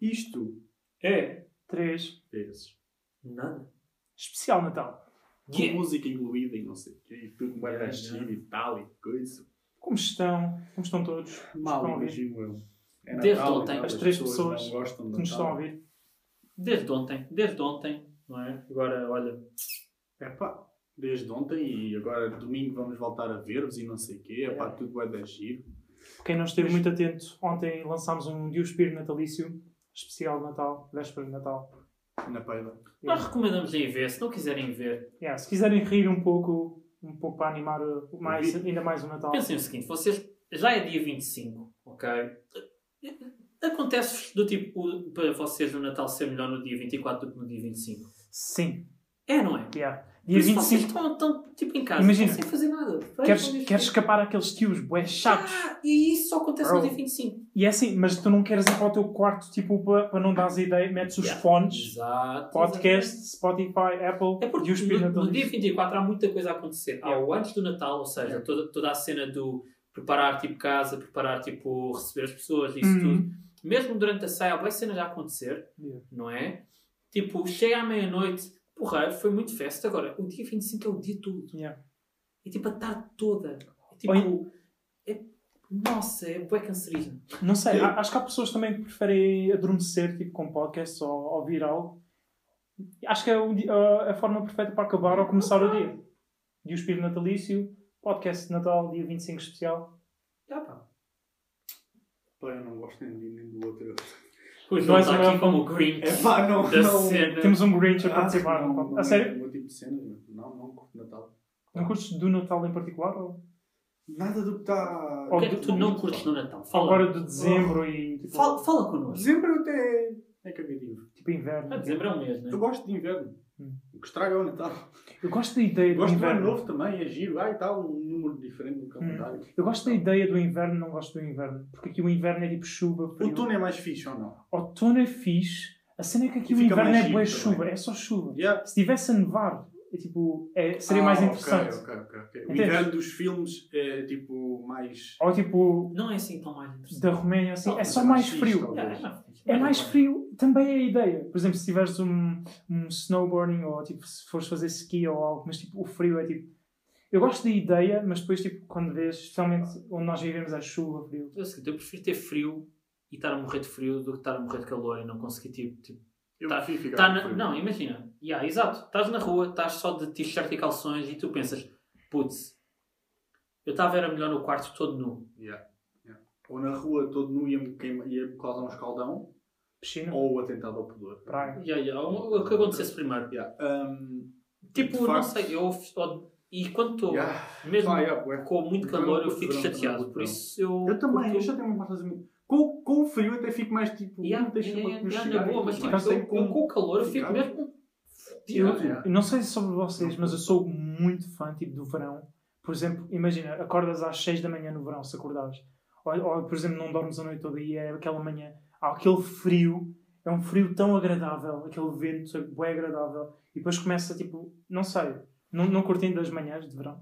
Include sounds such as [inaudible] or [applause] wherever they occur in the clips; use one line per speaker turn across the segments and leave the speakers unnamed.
Isto é
3.
vezes
Nada.
Especial Natal.
com
Que- é?
música incluída e não sei o quê, e tudo mais
Yeah,
yeah. e tal e coisa.
Como estão? Como estão todos?
Mal,
Estão a ouvir?
imagino eu. É
né? Desde
Natal e
ontem,
tal,
as três pessoas
não gostam de
Que nos estão a
Natal.
ouvir?
Desde ontem. Desde ontem. Não é? Agora, olha.
Epá, É desde ontem e agora domingo vamos voltar a ver-vos e não sei o quê. Epá,
Yeah.
tudo vai dar giro.
Quem não esteve muito atento, ontem lançámos um Diospiro natalício. Especial de Natal, véspera de Natal.
Na peida.
Nós recomendamos aí ver, se não quiserem ver.
Yeah, se quiserem rir um pouco, um pouco para animar uh, mais, ainda mais o Natal.
Pensem o seguinte: vocês. Já é dia 25, ok? Acontece do tipo o- para vocês o Natal ser melhor no dia 24 do que no dia 25?
Sim.
É, não é?
Yeah.
Por
Dia
isso vocês
25.
estão, estão tipo em casa,
Imagina.
estão sem fazer nada. Vejam
Queres,
este
queres
filme.
escapar àqueles tios bué chatos.
Ah, e isso só acontece no
Bro.
dia 25.
E é assim, mas tu não queres ir para o teu quarto, tipo, para, para não dares ideia, metes os
Yeah.
fones,
Exato.
podcast, Spotify, Apple,
É porque
Diospiro
no, no
natalício.
dia 24 há muita coisa a acontecer. Há
Yeah.
o antes do Natal, ou seja,
É.
Yeah.
toda, toda a cena do preparar tipo casa, preparar tipo receber as pessoas, isso
Uhum.
tudo. Mesmo durante a ceia, há boas cenas a acontecer,
Yeah.
não é? Tipo, chega à meia-noite, porra, foi muito festa. Agora, o dia 25 é o dia todo.
Yeah.
É tipo a tarde toda. É tipo. É, nossa, é bué cancerígeno.
Não sei, há- acho que há pessoas também que preferem adormecer tipo, com podcasts ou ouvir algo. Acho que é o di- a, a forma perfeita para acabar ou começar o dia. E o espírito natalício, podcast de Natal, dia 25 especial.
Ah, pá.
Pá, eu não gosto nem de um nem do outro.
Pois
Nós
está
não-
aqui como o Grinch
Epá, É não,
da
não.
cena.
Temos um Grinch a
Ah,
participar.
não,
no
não
podcast.
é
a sério?
o meu tipo de cenas, meu. Não, não curto Natal.
Não curtes do Natal em particular? Ou
Nada do que tá está.
O que é que tu não curtes no Natal? Fala.
agora de dezembro e tipo,
Fala, fala connosco.
Dezembro até é cagadinho.
tipo inverno?
Ah, dezembro é um mês, né?
Eu gosto de inverno.
Hum.
O que estraga é o Natal.
Eu gosto da ideia
Eu
do
gosto do ano
inverno.
novo também, é giro. Ah, e tal, um número diferente no calendário.
Hum. Eu gosto da ideia do inverno, não gosto do inverno. Porque aqui o inverno é tipo chuva, frio.
Outono é mais fixe ou não?
Outono é fixe. A cena é que aqui
E
o
fica
inverno
mais
é boa
giro
chuva,
também.
é só chuva.
Yeah.
Se tivesse a nevar, é tipo, é- seria
Ah,
mais
ok,
interessante.
ok, ok, ok. O
Entendes?
inverno dos filmes é tipo mais.
Ou tipo,
Não é assim tão mais interessante.
da Roménia, assim,
Ah,
é
mas
só
é
mais
mais fixe,
frio.
talvez.
Yeah, é mais fixe.
É mais
bom.
frio, também é a ideia. Por exemplo, se tiveres um, um snowboarding ou tipo, se fores fazer ski ou algo, mas tipo, o frio é tipo. Eu gosto da ideia, mas depois, tipo, quando vês, especialmente onde nós vivemos, é chuva, frio.
É o seguinte, eu prefiro ter frio e estar a morrer de frio do que estar a morrer de calor e não conseguir tipo. tipo
Eu
Tá-
prefiro ficar
tá
com
na-
é frio.
não, imagina. Yeah, exato. Estás na rua, estás só de t-shirt e calções e tu pensas, putz, eu estava era melhor no quarto todo nu.
Yeah, yeah. Ou na rua todo nu ia-me queima- ia-me causar um escaldão
Piscina,
ou o atentado ao pudor.
Hum. praia.
Yeah, yeah, o o que acontecesse primeiro.
Yeah, um,
Tipo,
De
não
facto.
sei, eu. eu- E quando estou
yeah.
mesmo
Pá, yeah, bué.
com muito
Eu
calor,
não
eu
curto
fico
verão, também não
chateado.
curto
Por
verão.
isso eu.
Eu também, eu
curto-
já tenho uma coisa muito. Com, com o frio até fico mais tipo.
Yeah,
não deixa
yeah,
para
yeah,
me
yeah,
chegar.
na boa, mas
e
tipo,
não sei
eu, eu com o calor eu fico
ficar.
mesmo.
Eu,
fodido.
Yeah.
eu não sei é sobre vocês, mas eu sou muito fã tipo, do verão. Por exemplo, imagina, acordas às 6 da manhã no verão, se acordares. Ou, ou, por exemplo, não dormes a noite toda e é aquela manhã. Há aquele frio, é um frio tão agradável, aquele vento é bué agradável. E depois começa, tipo, não sei, não, não curtindo as manhãs de verão.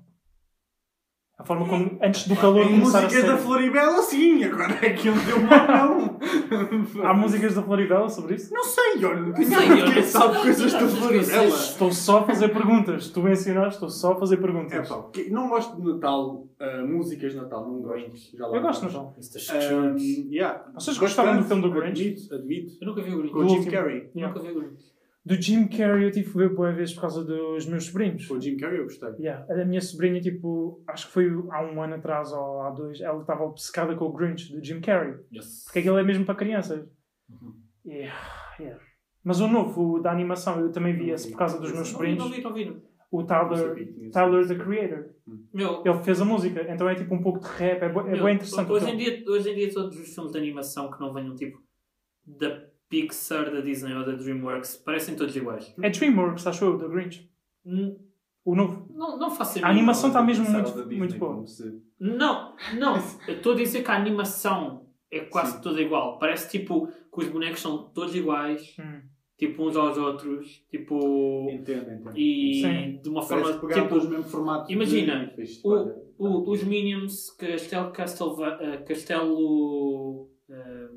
A forma como, antes do calor
A
começar a
música Hum. é da
ser.
Floribela, sim, agora é que eu me deu
[laughs]
mal, não.
Há músicas da Floribela sobre isso?
Não sei, olha, não tenho
Não sei,
nada
eu
de quem
não
sabe
sei.
coisas da
Não sei.
Floribela.
Estou só a fazer perguntas. Tu mencionaste, estou só a fazer perguntas.
É pá, que- não gosto de Natal, ah, músicas de Natal, não gosto. Já lá
eu gosto,
vamos.
mas não.
Mr.
Ah,
Scrooge.
yeah.
Vocês gostaram do filme do Grinch?
Admito, admito.
Eu nunca vi o Grinch.
Com
Do
o Jim
último.
Carrey.
Yeah.
Nunca vi o Grinch.
Do Jim Carrey eu tive que ver boa vez por causa dos meus sobrinhos.
Com o Jim Carrey eu gostei.
Yeah. A minha sobrinha, tipo, acho que foi há um ano atrás ou há dois, ela estava obcecada com o Grinch do Jim Carrey.
Yes.
Porque aquilo é mesmo para crianças.
Uhum.
Yeah, yeah. Mas o novo, o da animação, eu também vi esse por causa dos meus
Não,
Não vi, não
sobrinhos.
vi, não vi.
O
Não
Tyler,
sabia que tinha
Tyler
sido.
the Creator.
Meu,
Ele fez a música, então é tipo um pouco de rap, é, bo- é
meu,
bem interessante. então. o
Hoje em,
filme.
dia, hoje em dia, todos os filmes de animação que não venham tipo da Pixar, da Disney ou da Dreamworks parecem todos iguais.
É Dreamworks, acho eu, do Grinch.
N-
O novo.
Não, não faço
A animação-
Não,
tá mesmo
pensava
muito-
da Disney
muito boa.
como se-
Não, não. Eu estou a dizer que a animação é quase
Sim.
toda igual. Parece tipo que os bonecos são todos iguais,
Hum.
tipo uns aos outros, tipo.
Entendo, entendo.
E
Sim.
de uma
Parece
forma.
que pegaram
Tipo,
todos o mesmo formato.
imagina,
de- fez-
o-
olha,
O- os Minions, Castelo, Castelva, eh, Castelo. eh,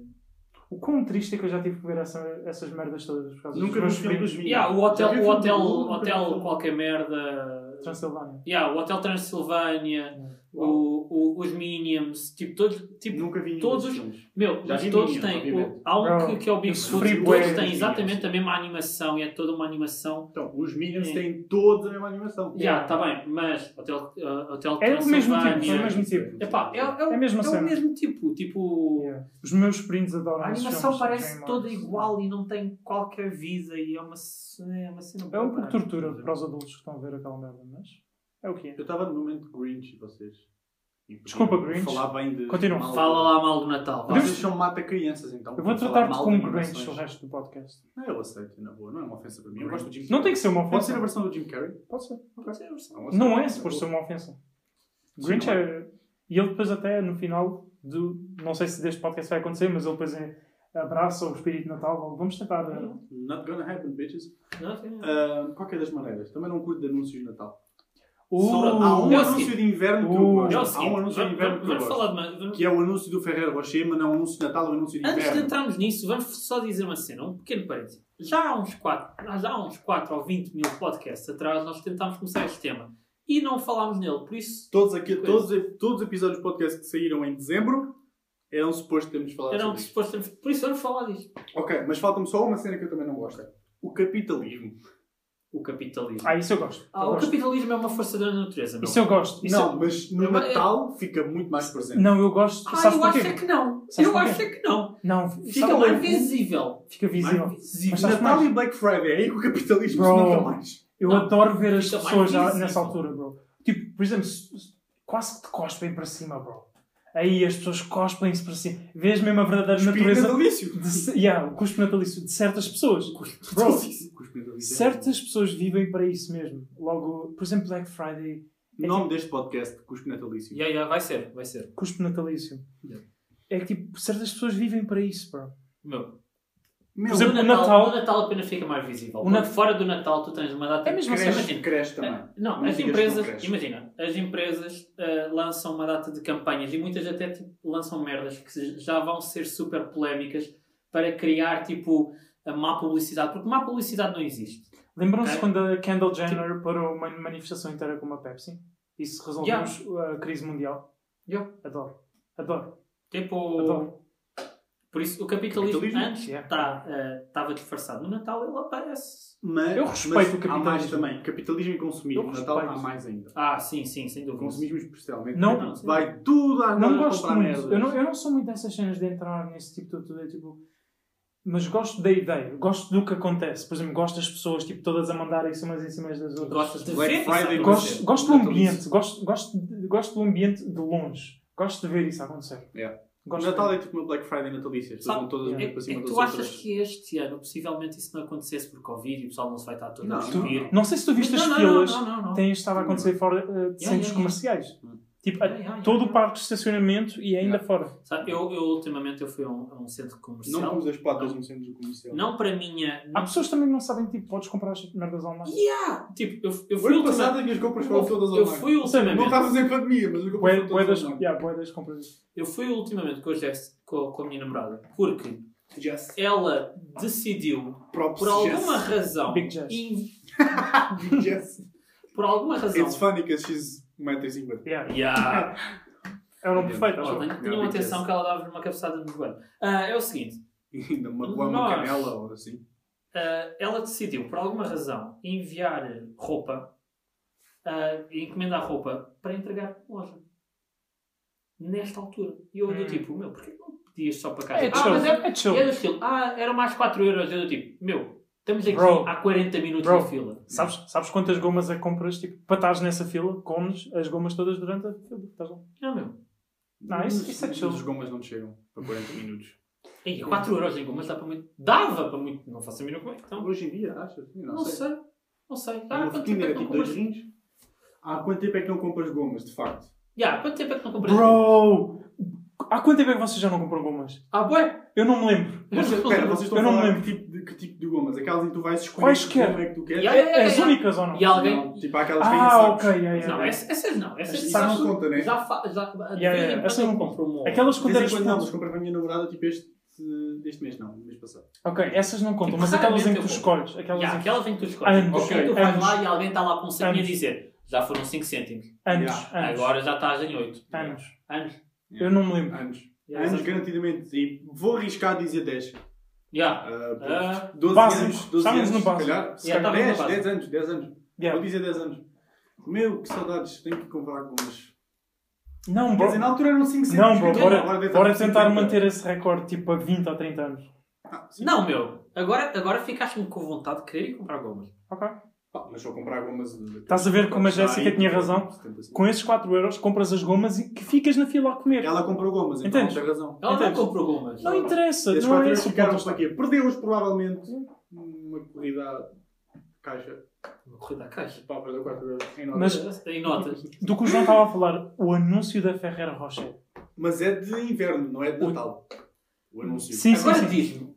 O quão triste é que eu já tive que ver essa, essas merdas todas por causa
Nunca vi
um
um
dos meus
filme
primos.
dos
Yeah,
Já
o
vi um
hotel, o
filme
hotel,
do Google, nunca vi
hotel
filme.
qualquer merda.
Transilvânia.
Yeah, o Hotel Transilvânia, o, o- os Minions, tipo, todos, tipo,
Nunca vi nenhum
todos
desses
os-
filmes.
meu,
Já
mas
vi
todos
Minions,
têm.
obviamente.
o- há um
Não,
que, que é o Big
eu
Food,
sofri bué
todos
com
têm
os
exatamente a mesma animação e é toda uma animação.
Então, os Minions
Sim.
têm todos a mesma animação.
Já, yeah, tá bem, mas Hotel, uh, hotel
É o mesmo
Transilvânia-
tipo, é o mesmo tipo.
Epá, é, é, o-
É a mesma
é o
cena.
mesmo tipo. Tipo,
Yeah. Os meus primos adoram
a
esses
animação
filmes,
parece
Dreamworks.
toda igual e não tem qualquer vida e é uma, cena- é uma cena.
É um pouco
Ah,
bacana.
tortura para os adultos que estão a ver aquela merda, mas é o que é.
Eu estava no momento Grinch e vocês. E podiam
Desculpa, Grinch.
Falar bem de.
Continua.
mal-
Fala lá mal do Natal. vá.
Vocês são mata-crianças, então.
Eu vou
falar
tratar-te
mal
como
de
Grinch o
animações.
resto do podcast.
Não, eu aceito, na boa. Não é uma ofensa para mim. Eu gosto do Jim
Não tem
Carrey.
que ser uma
Pode ser
ofensa.
a versão do Jim Carrey?
Pode ser.
Pode ser a versão.
Não é se for ser uma ofensa. Grinch é. E ele depois, até no final do. Não sei se deste podcast vai acontecer, mas ele depois é- abraça o espírito de Natal. Vamos tentar. eh,
Not gonna happen, bitches.
Não, tem-
Ah, de qualquer das maneiras, também não curto de anúncios de Natal.
o-
Só há um
é o
anúncio
seguinte.
de inverno que
Uh,
eu
É o
gosto. Há
seguinte,
um anúncio de
vamos,
inverno que
vamos,
eu
vamos
gosto.
falar de uma- vamos-
Que é o anúncio do Ferreiro Rocher, mas não é um anúncio de Natal, é um anúncio de
Antes de
inverno.
entrarmos nisso, vamos só dizer uma cena, um pequeno parênteses. Já há uns 4, já há uns 4 ou 20 mil podcasts atrás, nós tentámos começar este tema e não falámos nele, por isso
Todos, aqui, todos, todos os episódios do podcast que saíram em dezembro eram suposto termos falado
era um
sobre isto.
suposto. Por isso vamos falar disto.
Ok, mas falta-me só uma cena que eu também não gosto. O capitalismo.
O capitalismo.
Ah, isso eu gosto.
Ah,
Eu
o
gosto.
capitalismo é uma força da natureza, meu.
Isso é- eu gosto. Isso
não, mas no
é uma-
Natal fica muito mais presente.
eu- Não, eu gosto.
Ah,
sabes
eu
porquê?
acho é que não.
Sabes
eu
porquê?
acho é que não. é um
Não,
Fica
sabe
mais
porquê?
visível.
Fica visível.
Mais visível.
Mas sabes
é? Natal
mais?
e Black Friday, é aí que o capitalismo
Bro.
se nota mais.
Eu
Não,
adoro ver as
fica mais
pessoas já
visível.
nessa altura, bro. Tipo, por exemplo, se- se- quase que te cospem para cima, bro. Aí as pessoas cospem-se para cima. Vês mesmo a verdadeira
Espírito
natureza.
natalício.
De, ce- yeah, o cuspe natalício de certas pessoas. Bro, certas pessoas vivem para isso mesmo. Logo, por exemplo, Black Friday,
O nome deste podcast, Cuspe Natalício.
Yeah, yeah, vai ser, vai ser.
cuspe natalício.
Yeah.
É que tipo, certas pessoas vivem para isso, bro.
Meu.
Meu,
Por exemplo,
no
o
Natal,
Natal-
no Natal apenas fica mais visível.
O Nat-
Fora do Natal tu tens uma data.
É mesmo
Imagina,
assim.
cresce, cresce também.
Não,
Não
as
digas que não
empresas,
cresce.
imagina, as empresas eh, lançam uma data de campanhas e muitas até tipo, lançam merdas que se- já vão ser super polémicas para criar tipo a má publicidade, porque má publicidade não existe.
Lembram-se
Ok.
quando a Kendall Jenner parou uma manifestação inteira com uma Pepsi? Isso resolvemos a crise mundial.
Yeah.
Adoro. Adoro.
Tipo,
Adoro.
por isso o capitalismo,
É Capitalismo,
antes
yeah.
tá, eh, estava disfarçado. No Natal ele aparece.
Mas,
Eu respeito
mas
o
Há mais
capitalismo.
também. Capitalismo e consumismo.
Eu
No Natal há
respeito.
mais ainda.
Ah, sim, sim, sem dúvida.
Consumismo especialmente.
Não.
Então, se vai tudo às
Não
lojas
gosto
comprar
muito.
merdas.
Eu não, eu não sou muito dessas cenas de entrar nesse tipo de tudo. é tipo... Mas gosto da ideia. Gosto do que acontece. Por exemplo, gosto das pessoas tipo, todas a mandarem isso umas em cima das outras.
Gostas de
Black
ver?
Friday,
sabe?
Gosto,
Sim.
gosto do
Natalício.
ambiente, gosto, gosto, de- gosto do ambiente de longe. Gosto de ver isso acontecer.
Yeah.
Gosto
O
tá
Natal
de-
é tipo uma Black Friday natalícia. As pessoas
Sabe-
vão todas
é-
muito
É,
para
é
cima
que
das
tu achas
outras.
que este ano possivelmente isso não acontecesse por Covid e o pessoal não se vai estar todo a
Não.
despir?
Não sei se tu viste
Não,
as
não,
filas
não, não, não, não.
que têm estado a acontecer fora eh, de
Yeah,
centros
yeah, Hum.
comerciais.
yeah.
Tipo, a-
Yeah, yeah,
todo
yeah.
o parque de estacionamento e ainda
Yeah.
fora.
Sabe, eu, eu ultimamente eu fui a um, a um centro
Não
comercial.
pus as patas
Não.
no centro comercial.
Ah. Não para é- a minha.
Há pessoas também que não sabem, tipo, podes comprar as merdas online.
Yeah! Tipo, eu, eu
O ano
fui ultimamente.
passado as minhas compras foram todas
Eu, eu
online.
fui
Não
ultimamente.
estávamos em pandemia, mas eu comprei
Bué- bué das-
todas online.
yeah, bué das compras.
Eu fui ultimamente com a Jess, com, com a minha namorada, porque
Yes.
ela decidiu,
Props,
por alguma razão,
Big Jess.
in-
yes. Yes.
por alguma razão.
It's funny because she's 1,50m.
Yeah.
Yeah.
É o nome perfeito,
Oh,
acho eu.
tenho- Tenham
Big
atenção
Jess.
que ela dava-lhe uma cabeçada no joelho. Ah, é o seguinte.
[laughs] Ainda uma, uma
Nós.
canela ou assim.
Ah, ela decidiu, por alguma razão, enviar roupa, ah, e encomendar roupa para entregar na loja. Nesta altura. E eu do
Hum.
tipo, meu, porquê que não pedias só para casa?
É
ah,
chill.
mas é,
É chill.
é do estilo, ah, eram mais 4 euros. Eu do tipo, meu, estamos aqui
Bro.
há 40 minutos
Bro.
na fila.
Sabes, sabes quantas gomas é que compras? Tipo, para estares nessa fila, comes as gomas todas durante a fila. Estás lá.
Não, meu.
Não, isso- isso é
Os-
chill.
Os gomas não te chegam para 40 minutos.
Ei, 4 euros em gomas dá para muito. Dava para muito. Não faço a mínima como é. que Então,
Hoje em dia, achas? Eu
não sei. Não sei. Ah,
Uma
quanto
rotina
tempo é
era
que não
tipo dois
compras?
rins. Há quanto tempo é que não compras gomas, de facto?
Yeah, quanto tempo é que não compras?
Bro! Há quanto tempo é que vocês já não compram gomas?
Ah, bué.
Eu não me lembro.
Vocês,
[laughs]
espera, vocês estão
Eu
a
não
falar
lembro.
que tipo, de, que tipo de gomas? Aquelas em que tu vais escolher
Quaisquer.
como é que tu queres?
Yeah, yeah, yeah,
As
yeah.
únicas ou não?
E alguém.
Não, tipo, há aquelas que têm
Ah,
sacos.
ok, yeah, yeah.
Não, essa- essas não. Essas
Isso
já
não
sou-
conta, né?
Já fa... já...
yeah,
de vez em
yeah,
quando
essa
eu
não
compro uma.
Aquelas
De
quando
vez em
eras
quando não, mas
puto.
comprei para a minha namorada tipo este deste, deste mês, não, do mês passado.
Ok, essas não contam,
Tipo,
mas aquelas em que tu
raramente eu
escolhes. Aquelas
Yeah,
em que-
aquela vem que tu escolhes.
Anos.
Porque tu
Ok,
vais
anos.
lá e alguém está lá com um saquinho a
Anos.
dizer já foram 5 cêntimos.
Anos,
Yeah.
anos.
Agora já estás em 8.
Anos.
Anos.
Eu não me lembro.
Anos.
Yeah,
anos,
exato.
garantidamente. E vou arriscar dizer 10.
Yeah.
Ah, pô,
Ah,
12
básico.
anos. 12
Estávamos
anos,
no
se
básico.
calhar. Se
Yeah,
calhar
estávamos
10,
no
10 anos, 10 anos. Vou
Yeah.
dizer 10 anos. Meu, que saudades. Tenho que comprar alguns.
Não,
Quer
bro.
dizer, na altura eram 5
Não, bro, bora,
deve
bora
estar
tentar
50.
manter esse recorde tipo a 20 ou 30 anos.
Ah, sim.
Não, meu. Agora, agora ficaste-me com vontade de querer ir comprar gomas.
Ok.
Pá, mas vou comprar algumas.
Estás a ver como a Jéssica tinha razão?
Com
Com esses 4 euros compras as gomas e que ficas na fila a comer.
Ela comprou gomas, então
Entendes?
tem razão.
Ela
Entendes?
não comprou gomas.
Então, Não interessa,
Esses
não
4
é
euros
esse o ponto.
ficaram para quê? Perdeu-os provavelmente numa corrida à caixa.
Uma corrida à caixa.
Pá, perdeu 4 euros. Em nota.
Mas-
Em notas.
Do que o João estava a falar, o anúncio da Ferreira Rocher.
Mas é de inverno, não é de
O-
Natal. O anúncio.
Sim, sim,
Agora
sim.
diz-me.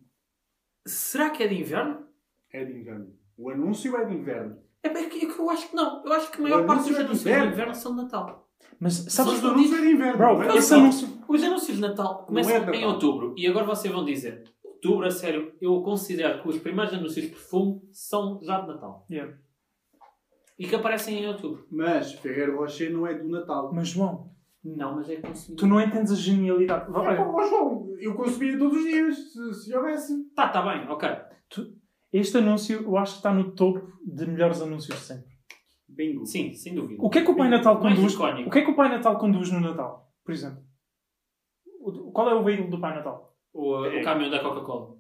Será que é de inverno?
É de inverno. O anúncio é de inverno.
É bem que eu acho que não. Eu acho que a
O
maior parte dos
anúncio é de
anúncios de
inverno.
inverno são de Natal.
Mas sabes
Mas
Sim.
o anúncio é de inverno.
Bro,
não é de
esse
Natal.
anúncio.
Os anúncios de Natal começam
é de
em
Natal.
outubro. E agora vocês vão dizer. Outubro, a sério, eu considero que os primeiros anúncios de perfume são já de Natal.
Yeah.
E que aparecem em outubro.
Mas Ferreiro Rocher não é do Natal.
Mas João,
Não, mas é consumido.
tu não entendes a genialidade.
É
Olha,
como o João, eu consumia todos os dias, se, se houvesse.
Tá, tá bem, ok.
Este anúncio eu acho que está no topo de melhores anúncios de sempre.
Bingo.
Sim, sem dúvida.
O que é que o Pai Natal
Mais
conduz?
icónico.
O que é que o Pai Natal conduz no Natal, por exemplo? O- Qual é o veículo do Pai Natal?
O, o
É.
caminhão da Coca-Cola.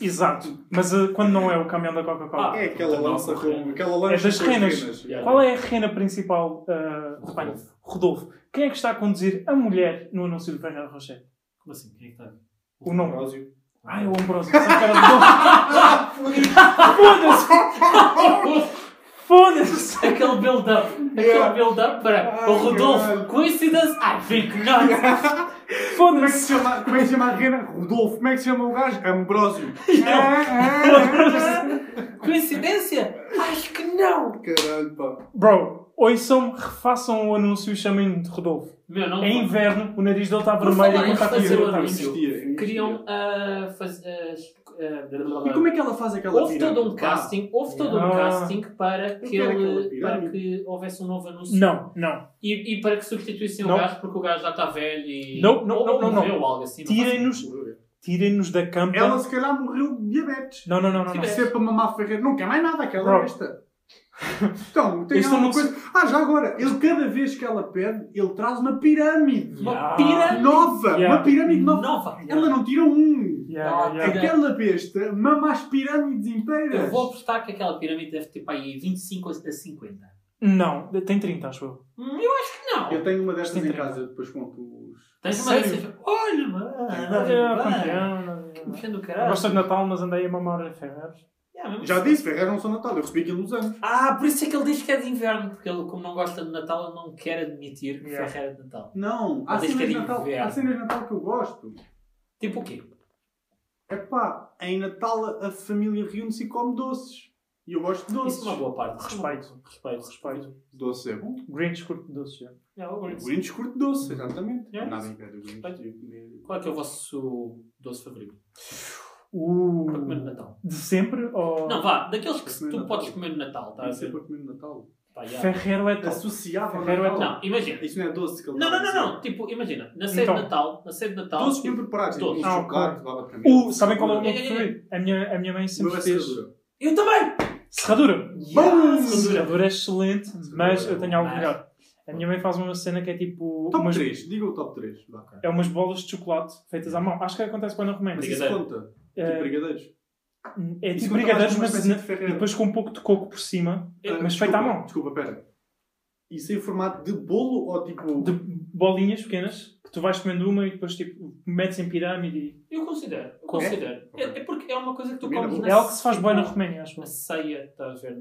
Exato, mas eh, quando não é o caminhão da Coca-Cola?
É aquela
Não,
lança
não,
com. Aquela lança
Ah, É das
com as
renas.
Yeah.
Qual é a rena principal eh, do Pai Natal?
Rodolfo.
Rodolfo. Quem é que está a conduzir a mulher no anúncio do Ferreira Rocher?
Como assim? Quem é que está?
O nome.
Ambrósio.
Ai,
[laughs]
o Ambrosio. Sabe que era Rodolfo? Foda-se! Foda-se!
Aquele build-up.
Yeah.
Aquele build-up para
Ah,
Ai,
o Rodolfo. Ah,
caralho.
Coincidence? I
[laughs]
think not.
Como é que
Foda-se!
se chama, como é que se chama a rena? Rodolfo. Como é que se chama o gajo? Ambrósio.
Coincidência? Acho que não.
Caralho, pá.
Bro, ouçam-me, refaçam o anúncio e chamem-me de Rodolfo.
Meu, não.
É inverno, o nariz dele está
Por
vermelho
falar
e
em
está a
refazer o
tirar.
anúncio.
Investia, investia.
Queriam ah, fazer.
E como é que ela faz aquela
Houve todo um casting, houve todo um
Ah.
casting para que,
quero aquela
ele,
pirâmide.
para que houvesse um novo anúncio
Não, não.
e, e para que substituíssem
Não.
o gajo porque o gajo já está velho e
Não, não,
ou
não, não, não.
morreu ou algo assim. não
Tirem-nos tirem-nos da campa.
Ela se calhar morreu de diabetes.
Não, não, não, não. não.
Não sei para mamar Ferreira, não quer mais nada aquela
Bro.
besta. Então, tem
Este
alguma
anúncio-
coisa. Ah, já agora, ele cada vez que ela pede, ele traz uma pirâmide.
Uma
Yeah.
pirâmide
Nova!
Yeah.
Uma pirâmide nova.
nova.
é
Ela não tira um.
Yeah, yeah.
Pirâmide.
Aquela besta mama as pirâmides inteiras.
Eu vou apostar que aquela pirâmide deve ter para aí 25 a 50.
Não, tem 30, acho eu.
Hum, eu acho que não.
Eu tenho uma destas em
Sim, tem.
casa, depois conto os.
Tens uma
Sério?
dessas. Olha, mano.
É,
mano,
campeão, não, não,
que
não.
Mexendo o caralho.
Gosto de Natal, mas andei a mamar a Ferreiros.
Yeah, mesmo
Já
assim.
disse, Ferreira não sou Natal, eu recebi aquilo nos anos.
Ah, por isso é que ele diz que é de inverno. Porque ele, como não gosta de Natal, ele não quer admitir que
Yeah.
Ferreira é de Natal.
Não, há
Mas isto é
cenas, de
de
Natal,
inverno.
há cenas de Natal que eu gosto.
Tipo o quê?
É pá, em Natal a família reúne-se e come doces. E eu gosto de doces.
Isso é uma boa parte.
Respeito.
Respeito.
Respeito.
Doce é bom.
Grinch curto doce. já.
Yeah, eu
O
gosto.
Grinch curte doce, exatamente.
É.
Nada impede o Grinch de comer.
Qual é que é o vosso doce favorito? Para comer no
Uh,
Natal.
de sempre? Ou...
Não, vá, daqueles que
Para comer
tu
no
podes
Natal. é
comer no Natal, tá
Tem
a
que ser
ver?
para comer no Natal.
Pá, yeah.
Ferreiro
Então,
é top.
Associado ao
Ferreiro é
Natal.
Não, imagina.
Isso não é doce que ele
Não,
está
não,
a
não,
dizer.
não. Tipo, imagina, na ceia
Então.
de Natal, na ceia de Natal.
Doces bem preparados. Tipo,
Doces.
um
Ah,
chocolate, baba de camelo.
Uh, sabem qual é o meu
É, é, é.
preferido? A minha, a minha
O
mãe
meu
sempre
é
fez.
serradura.
Eu também!
Serradura!
Bom!
Serradura é excelente, mas eu tenho algo
Mas-
melhor. A minha mãe faz uma cena que é tipo.
é Top
umas-
3, diga o top 3.
É umas bolas de chocolate feitas à mão. Acho que acontece quando eu
Mas
Romênia.
isso
Brigadeiro.
conta. Tipo
É,
brigadeiros.
é
Isso
tipo
conta mais
brigadeiros,
como uma
mas
espécie de
na-
Ferreiro.
e depois com um pouco de coco por cima,
Ah,
mas
desculpa,
feita à mão.
Desculpa, pera. Isso é em formato de bolo ou tipo.
de bolinhas pequenas, que tu vais comendo uma e depois tipo, metes em pirâmide. e-
Eu considero, eu
Como?
considero. É, é porque é uma coisa que tu
Primeira
comes
boa.
na
É algo que se faz
tipo,
bem na Romênia, acho.
Na ceia, estás a ver?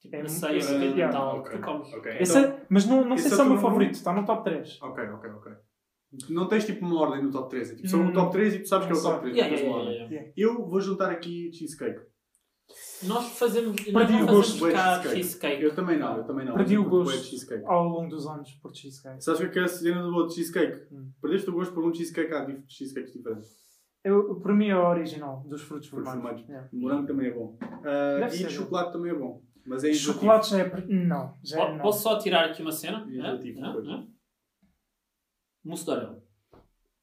Tipo,
É
na
muito-
ceia
Ah,
de Natal,
ok.
tu comes.
Ok.
É,
Esse é- mas não, não
esse
sei
é
se
o teu
é o meu
número
favorito, está no top 3.
Ok, ok, ok. Não tens tipo uma ordem no top 3. É tipo, são
Hum.
o top 3 e tu sabes que é o top 3.
Yeah,
não tens uma
yeah,
ordem.
yeah, yeah.
Eu vou juntar aqui cheesecake.
Nós fazemos. nós
Perdi
não
o
fazemos
gosto,
bué de
cá
cheesecake.
cheesecake.
Eu também não, eu também não.
Perdi
Eu
o
curto bué de
gosto.
Cheesecake.
Ao longo dos anos, por cheesecake.
Sabes o que é que é a cena do bolo de cheesecake?
Hum.
Perdeste o gosto por um cheesecake há de cheesecakes diferentes.
Eu, para mim é a original dos frutos
Frutos
vermelhos.
vermelhos.
Yeah.
Morango também é bom. Ah,
Deve
e
ser
de
bom.
chocolate também é bom. Mas é enjoativo.
Chocolates é. pre- Não, já é
tipo- Po-
não.
Posso só tirar aqui uma cena?
E
Hã?
relativo,
Hã?
pois.
Hã? Mousse de orelha.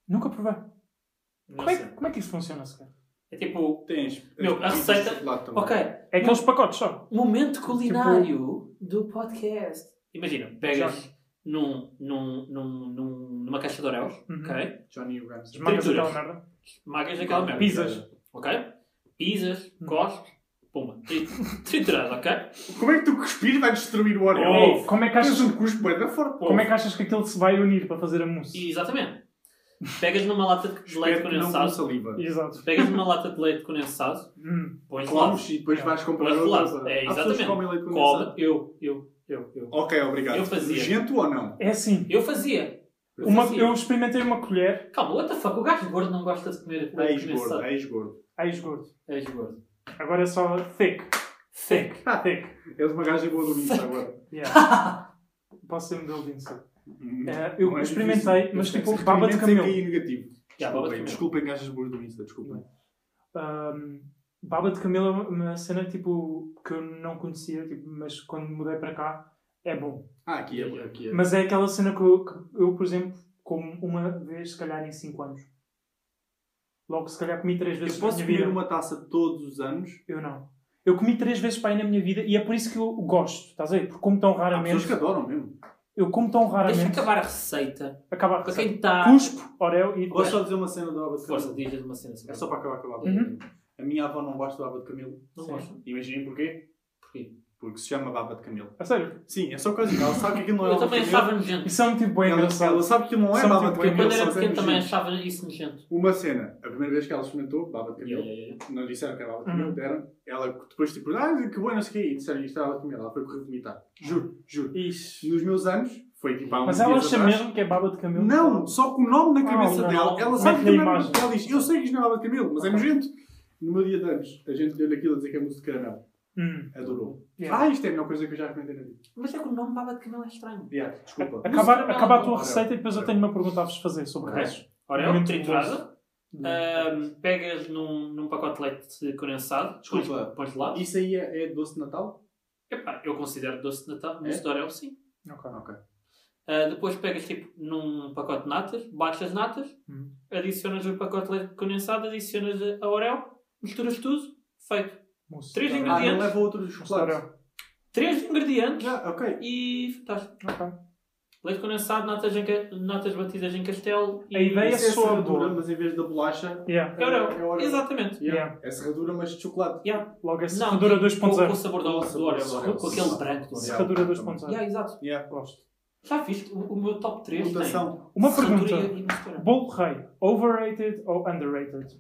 Nunca provei.
Não
Como é,
sei.
que- como é que isso funciona sequer?
É tipo,
Tens.
Meu, a
tens
receita-
chocolate também.
ok,
É aqueles pacotes só.
momento
Tipo
culinário do podcast. Imagina, pegas num, num, num, num- numa caixa de orelhas,
Uhum.
ok?
Johnny e o Gans.
As marcas
Trituras.
daquela merda.
Magas
Uhum.
daquela merda.
Pizzas.
Ok? Pizzas, cospes, pumba.
[laughs]
tri- Triturado, ok?
Como é que tu cuspir vai destruir o Oreo?
Oh.
Como é que achas,
Tens um cuspo bué da forte.
como é que, achas que aquilo se vai unir para fazer a mousse?
E, exatamente. Pegas numa lata de
Espero
leite
que não com
condensado.
saliva.
Exato.
Pegas numa lata de leite condensado,
Hum.
pões lá.
Comes e depois
É.
vais comprar
Mas
outra.
lá,
coisa.
é,
Há pessoas que
exatamente.
comem leite condensado.
Come. Eu, eu, eu, eu.
Ok, obrigado.
Eu fazia.
Nojento ou não?
É assim.
Eu fazia. Eu assim.
Uma,
fazia.
eu experimentei uma colher.
Calma, what the fuck? O gajo gordo não gosta de comer
É
leite
ex-gordo,
condensado.
é ex-gordo.
Ai, gordo.
És gordo.
Agora é só thick.
Thick.
Ah, thick.
És uma gaja boa do vinho agora.
Yeah.
[laughs]
Posso ser modelo de insulto. É, eu
Não é
experimentei,
difícil.
mas
Tem que
tipo,
ser
baba de
experimento
camelo.
sem cair negativo.
Já, baba
Desculpem,
de camelo.
desculpem gajas boas do Insta, desculpem.
Ahm, baba de camelo é uma- uma cena tipo, que eu não conhecia, tipo, mas quando me mudei para cá é bom.
Ah, aqui é. Aqui é.
Mas é aquela cena que eu, que eu, por exemplo, como uma vez, se calhar em 5 anos. Logo, se calhar comi 3 vezes
eu
na
posso
minha
comer
vida.
uma taça todos os anos.
Eu não. Eu comi 3 vezes para aí na minha vida e é por isso que eu gosto, estás a ver? Porque como tão
Há pessoas
raramente.
que adoram mesmo.
Eu como tão
Deixa
raramente.
acabar a receita.
Acaba a
Para
receita.
quem está.
Cuspo, orel e.
Posso só dizer uma cena da baba de
Força,
camelo?
diz uma cena. sobre
É
isso.
só para acabar com a baba
Uhum.
de camelo. A minha avó não gosta de baba de camelo.
Não
Sim.
gosto.
Imaginem porquê?
Porquê?
Porque se chama baba de camelo.
A sério.
Sim, é só coisa. Ela sabe que aquilo não é
Eu
baba
também
de camelo.
achava nojento.
Isso é um tipo bem
Ela,
engraçado.
ela sabe que não é
São
baba de
tipo-
camelo.
Quando era
só que é
pequeno também
nojento.
achava isso nojento.
Uma cena, a primeira vez que ela experimentou, baba de
Yeah,
camelo,
yeah, yeah.
não lhe disseram que era baba de
Uhum.
camelo, deram. Ela depois tipo, ah, que bom, não sei o quê, e disseram isto era baba de camelo. Ela foi correr vomitar. Juro, juro.
Ixi.
Nos meus anos, foi tipo há uns
Mas ela
dias
acha
atrás,
mesmo que é baba de camelo?
Não, só com o nome na
Ah,
cabeça
não.
dela. Ela
Mas
sabe que
na
não é
imagem.
nada. Ela diz, eu sei que isto não é nada de camelo, mas é nojento. No meu dia de anos, a gente deu-lhe aquilo a dizer que é mousse de caramelo.
Hum.
Adorou.
Yeah.
Ah, isto é a melhor coisa que eu já experimentei na vida.
Mas é que o nome baba de camelo é estranho.
Yeah, desculpa.
[laughs] É Acabar,
Não,
acabar a
não,
tua
não.
receita e depois eu tenho uma pergunta a vos fazer sobre
Ok.
isso.
Oreo,
Muito
triturada.
bom.
é um Ahm, pegas num, num pacote de leite condensado.
Desculpa.
Pões, pões lá.
Isso aí é, é doce de Natal?
Epá, eu considero doce de Natal. Mousse
É?
de Oreo, sim.
Ok.
ok.
Ah, depois pegas tipo num pacote de natas, bates as natas,
Hum.
adicionas o pacote de leite condensado, adicionas a a Oreo, misturas tudo, feito.
Mousse.
Três
Tá bem.
Ah, não
ingredientes.
leva outro chocolate.
Oreo.
Três ingredientes
Ah, ok.
e fantástico.
Ok.
Leite condensado, natas, em ca- natas batidas em castelo e.
A ideia-
Isso é
só
serradura,
boa.
mas em vez da bolacha,
Yeah.
é Oreo.
É Oreo.
Exatamente.
yeah,
Yeah.
é serradura, mas de chocolate.
Yeah.
Logo é
Não,
serradura
com, com o
2.0.
sabor
Com
do,
o
do Oreo,
sabor do
com,
Oreo.
com aquele branco do Oreo.
Yeah.
Serradura 2.0.
Yeah, exato.
Yeah.
Gosto.
Já viste? O, o meu top 3 tem.
Mutação.
Uma
serradura
pergunta.
e- e mistura.
Bolo rei, overrated ou underrated?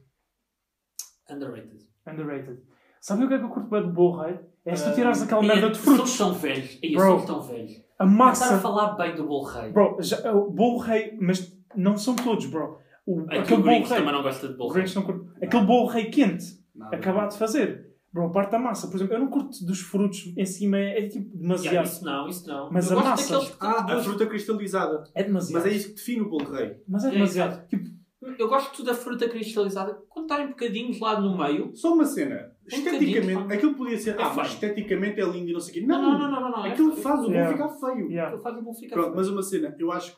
Underrated.
Underrated. Sabe o que é que eu curto bem do bolo rei? É se tu tirares aquela
Ei,
merda
eu
de frutos.
Sou tão velho. Ei, eu
Bro.
sou tão velho.
A
Começar a
massa.
falar bem do bolo rei.
Bro, já, eh, o bolo rei, mas não são todos, bro. O,
Aqui
aquele bolo
o Grinch
rei.
também não gosta de bolo rei.
Grinch não curto. Aquele bolo rei quente,
Nada.
acabado de fazer. Bro, a parte da massa, por exemplo, eu não curto dos frutos em cima, é tipo
Yeah,
demasiado.
isso não, isso não.
Mas
eu
a
gosto
massa-
daqueles que
Ah, a
duas-
fruta cristalizada.
É demasiado.
Mas é isso que define o bolo de rei.
Mas é
É,
demasiado. Tipo,
Eu gosto da fruta cristalizada. Quando está em bocadinhos lá no meio.
Só uma cena.
Um bocadinho,
Esteticamente,
pá.
aquilo podia ser.
É
ah, mas
feio.
esteticamente é lindo e não sei o quê.
Não, não,
Não,
não, não. não, não.
Aquilo
É-
faz o bolo
Yeah.
ficar feio.
yeah.
Aquilo faz o bolo ficar
Pronto,
feio.
mas uma cena. Eu acho que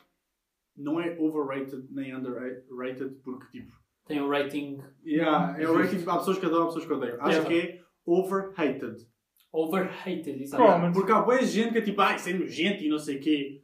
não é overrated nem underrated, porque tipo.
Tem um rating
Yeah, é o rating. Há pessoas que adoram, há pessoas que odeiam. Acho
Yeah.
que é overrated.
overrated. Exato.
Bom. Mas-
Porque há boa gente que é tipo, ah, isso é nojento e não sei o quê.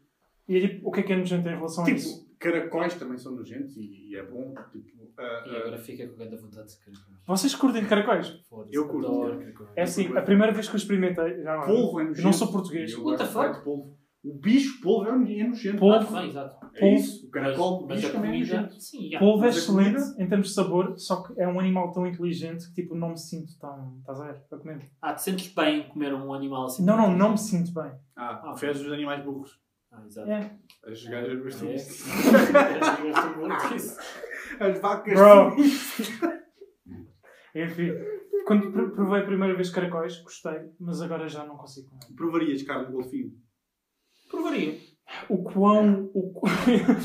E é tipo, o que é que é nojento em relação a isso?
Tipo, caracóis também são nojentos e, e é bom. Tipo, ah,
E é
ah,
agora fica com a grande vontade de querer comer.
Vocês curtem de caracóis?
Foda-se,
Eu curto,
adoro
yeah.
querer comer.
É assim, a primeira vez que eu experimentei, já agora,
Tipo, polvo é nojento.
Eu não sou português.
Eu
What the
gosto de polvo. O bicho polvo é nojento.
Polvo.
Claro que bem, exato.
É isso. O caracol
Mas- mas
bicho
a
também é
comida-
nojento.
Sim, yeah.
polvo é
Mas a
excelente em termos de sabor, só que é um animal tão inteligente que tipo, não me sinto tão. tá Estás a ver? A comer?
Ah, te sentes bem em comer um animal assim?
Não, não, não me sinto bem.
Ah,
Ah,
fezes dos animais burros.
Ah, exato. [laughs]
É.
As gajas gostam
É.
disso. [laughs]
Eu gosto muito disso.
As vacas
Bro.
são isso.
[laughs] Enfim, quando pr- provei a primeira vez caracóis, gostei, mas agora já não consigo comer.
Provarias carne de golfinho?
Provaria.
O quão. O... qu-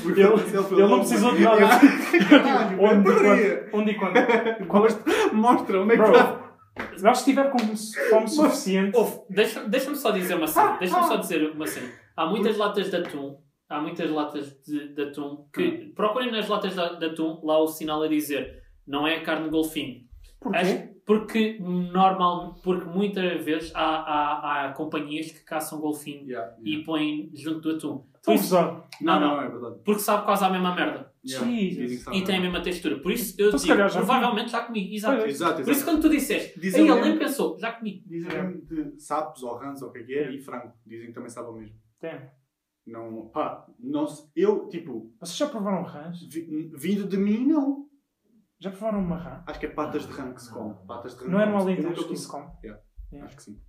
Porque
[laughs] ele,
se foi
ele não
logo-
precisou de nada.
[laughs] Caralho, eu
onde, e
perdi.
quando, onde e quando? Qual é este-
Mostra onde é que
Bro,
está.
se nós estiver com fome suficiente.
Ouve, deixa- Deixa-me só dizer uma cena.
Ah,
Deixa-me só dizer uma cena. Há muitas latas de atum. Há muitas latas de, de atum
Hum.
que procurem nas latas de, de atum lá o sinal a dizer não é carne de golfinho.
Porquê? Então,
Acho- Porque normal, porque muitas vezes há, há, há companhias que caçam golfinho
Yeah, yeah.
e põem junto do atum.
Estão
Por
a
isso,
usar.
não,
Não,
não.
não, é verdade.
Porque sabe quase a mesma merda.
Yeah,
Jesus.
dizem que sabe,
E tem a
não.
mesma textura. Por isso eu
é? Então, se
digo,
calhar já comi.
provavelmente já comi. Exato.
Pois é,
Exato,
Por isso
exato.
quando tu disseste,
Dizem
aí ele
mesmo-
nem pensou, já comi.
Dizem
Yeah.
mesmo de sapos ou rãs ou o que é que é e frango. Dizem que também sabe o mesmo.
Tem.
Não, pá, não se- Eu, tipo,
Vocês já provaram rãs?
vi- vindo de mim, não.
Já provaram uma rã?
Acho que é patas de rã que se come. Patas de rã
Não é no
come-se. Eu
Alentejo
nunca
que isso come.
comi.
come.
Acho que sim.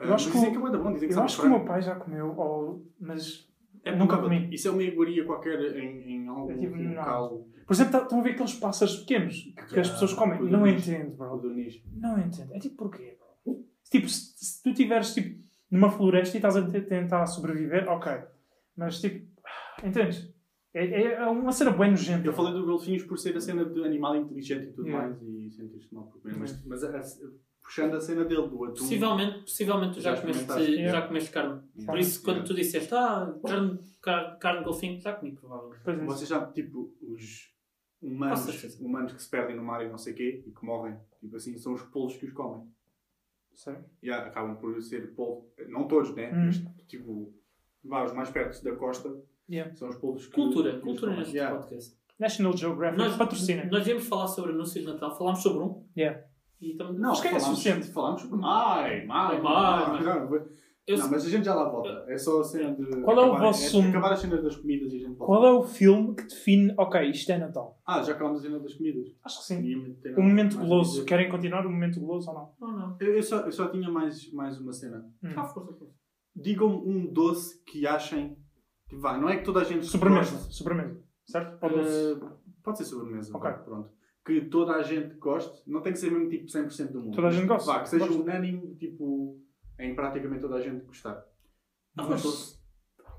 Eu acho
Ah,
que
dizem
o-
que é muito bom, dizem que
Eu
sabe
acho que o
frango.
meu pai já comeu, ou... mas
É
Nunca
provável.
comi.
Isso é uma iguaria qualquer em, em algum
É tipo, não.
local.
Por exemplo, tá- estão a ver aqueles pássaros pequenos que
Yeah,
as pessoas comem.
tudo
Não
nisto.
entendo, bro.
Algodoniz.
Não entendo. É tipo, porquê, bro? Tipo, se, se tu estiveres tipo, numa floresta e estás a te- tentar sobreviver, ok. Mas, tipo, [sighs] entendes? É, é- é uma cena bem nojenta.
Eu falei do golfinhos por ser a cena de animal inteligente e tudo
Yeah.
mais e sentir-se mal por comer. Mas, mas a- a- puxando a cena dele do atum.
Possivelmente, possivelmente tu já,
Já
comeste,
experimentaste.
já
Yeah.
comeste carne.
Yeah.
Por isso, quando
Yeah.
tu disseste, ah, carne, car- carne de golfinho, já comi, provavelmente.
Pois é.
Vocês sabem, tipo, os
Com certeza.
humanos, humanos que se perdem no mar e não sei o quê e que morrem, tipo assim, são os polos que os comem.
Sério?
E há- acabam por ser polos, não todos, né?
Hum.
Mas tipo, vá, os mais perto da costa
Yeah.
são os polos que. que
Cultura,
os
cultura
comem.
neste
Yeah.
podcast.
National Geographic
Nós-
patrocina.
Nós íamos falar sobre anúncios de Natal, falámos sobre um.
Yeah.
E também...
Não,
Acho que é
falámos-
suficiente.
Falámos sobre. Ai,
Ai,
mais,
mais,
mais. Não,
Eu,
Não, mas a gente já lá volta. É só a cena de.
Qual é o
acabar-
vosso-
é acabar as cenas das comidas e a gente volta.
Qual é o filme que define, ok, isto é Natal?
Ah, já acabámos a cena das comidas.
Acho que sim.
Ninguém tem nada
O momento
mais a
goloso.
dizer.
Querem continuar o momento goloso ou não?
Não, não.
Eu, eu só, eu só tinha mais, mais uma cena.
Hum.
Tá, força, força.
Digam um doce que achem. Que vá, não é que toda a gente.
Sobremesa.
goste.
Sobremesa. Certo? Ou doce?
Eh, pode ser sobremesa.
Ok.
vá, Pronto. Que toda a gente goste. Não tem que ser mesmo tipo 100% do mundo.
Toda a gente gosta.
Vá, que seja
Gosta.
unânime, tipo. Em praticamente toda a gente gostar.
Arroz
Gosto.
doce.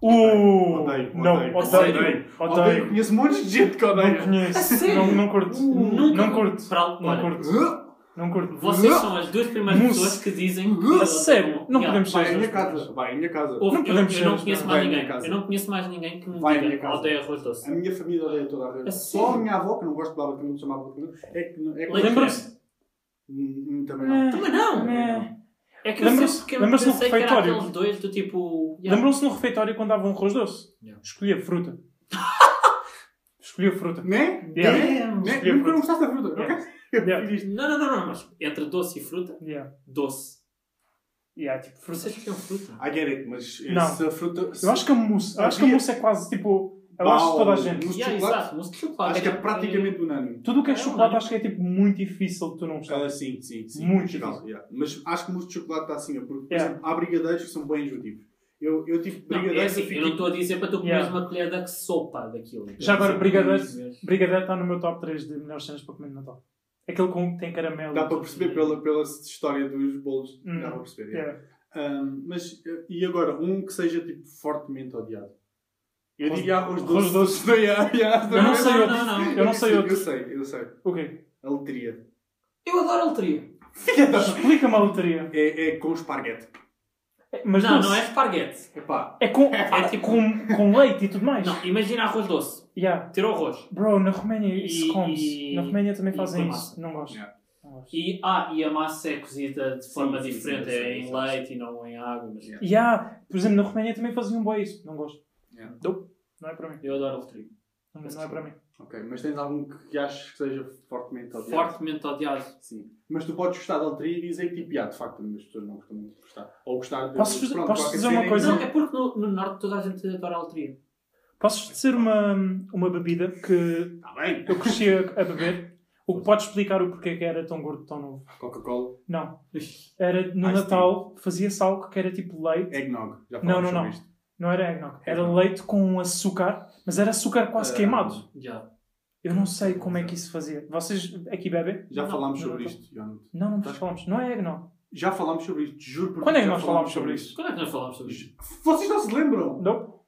Uh,
Odeio,
não,
odeio,
odeio,
odeio,
odeio.
Conheço montes de gente que
Não
odeia.
A
conheço.
sério? Uh.
Não, não curto.
Nunca-
Não curto.
Para- olha,
Não curto. Não curto.
Vocês são as duas primeiras
Mousse.
pessoas que dizem...
A
que-
sério? Não
Yeah.
podemos-
Vai à minha casa. Vai à minha casa.
Ouve,
Não
eu,
podemos
eu
ser
não
as
conheço
Vai
duas.
à
mais
minha
ninguém.
casa.
Eu não conheço mais ninguém que me
Vai à minha
diga
casa.
odeia arroz doce.
A minha família odeia toda a rede.
A
Só a
sério?
minha avó, que não gosta de baba que não me chamava de comida, é que. É que
Leite
Lembram-se?
Hum, hum, Também não.
Ah.
Também não!
Né?
É que eu
Lembram-se-
sempre que eu
lembram-se do
pensei que era
refeitório?
aqueles dois do tipo... yeah.
Lembram-se no refeitório quando davam arroz doce?
Yeah.
Escolhia
[laughs]
fruta. Escolhia fruta.
Né?
Yeah.
Né? Né?
Escolhi a
Porque
fruta.
não gostaste da fruta.
Yeah.
ok? [laughs] Eu
Yeah.
fiz isto.
Não, não, não, não, mas entre doce e fruta,
Yeah.
doce.
Yeah, tipo, fruta.
Vocês tinham um fruta?
I get it, mas eh,
Não.
se a fruta. se-
Eu acho que a mousse. Eu acho que a
Havia-
mousse é quase tipo. Eu
Bau,
acho que toda a gente.
mousse. de
Yeah,
chocolate?
exato, mousse de chocolate.
acho que é praticamente unânime.
Tudo o que é
Não,
chocolate
não.
acho que é tipo muito difícil de tu não gostar.
Ah, sim, sim, sim.
Muito
em geral,
difícil.
yeah. Mas acho que o mousse de chocolate está assim, porque, por
Yeah.
exemplo, há brigadeiros que são bem injustivos. Eu, eu tipo,
Não, é
brigadeiros.
assim, eu não estou a dizer para tu comeres
Yeah.
uma colher da sopa daquilo. é
Já agora,
Sim,
brigadeiro-
sim.
Brigadeiro está no meu top 3 de melhores cenas para comer no Natal. Aquele com tem caramelo.
Dá para perceber pela, pela história dos bolos.
Hum.
Dá para perceber. yeah.
Yeah.
Ahm, mas, eh, e agora, um que seja tipo fortemente odiado? Eu
Arroz-
diria arroz doce.
arroz
não, [laughs] yeah, yeah,
Eu não
também.
sei, não, não.
Eu não sei outro.
Eu sei, eu sei.
É. O quê?
A letria.
Eu adoro alteria.
Explica-me a loteria.
É, é com esparguete.
É, Mas
não,
doce.
não é esparguete.
Epá,
É com,
É tipo-
com, com leite e tudo mais.
Não, imagina arroz doce.
Yeah.
Tira o arroz.
Bro, na Roménia
E-
isso come-se.
e-
Na Roménia também
e
fazem
com
isso.
massa.
Não gosto.
Yeah.
Não gosto.
E, ah, e a massa é cozida de forma
sim,
diferente.
sim, sim,
é em
sim.
leite e não em água. Mas
Yeah.
E há, por exemplo, na Roménia também faziam boi isso. Não gosto.
Yeah.
Nope. Não é para mim.
Eu adoro alteria.
Não, não é para mim.
ok. Mas tens algum que, que achas que seja fortemente odiado?
Fortemente odiado.
Sim. Mas tu podes gostar de letria e dizer que tipo, yeah, de facto, as pessoas não gostam muito de gostar. Ou gostar de.
Posso fazer- posso
qualquer
dizer uma
cena em que-
Pois coisa?
não,
é.
é, porque no, no norte toda a gente adora alteria.
Posso dizer uma, uma bebida que
Tá bem.
eu cresci a, a beber? O que pode explicar o porquê que era tão gordo, tão novo?
Coca-Cola,
Não.
Ixi,
Era no
Ice É.
Natal, fazia-se algo que era tipo leite.
eggnog. Já
Não,
falámos
não,
sobre
não.
isto.
Não era eggnog. Era
Eggnog.
leite com açúcar, mas era açúcar quase
É. Ah,
queimado.
Já.
Eu não sei como é que isso fazia. Vocês aqui bebem?
Já
Não,
falámos
não,
sobre
não.
isto, Jonathan.
Não, não falamos. Não é eggnog.
Já falámos sobre isto, juro por
Quando é que
Deus, já
nós falámos sobre isto?
Quando é que nós falámos sobre isto?
Vocês não se lembram?
Não.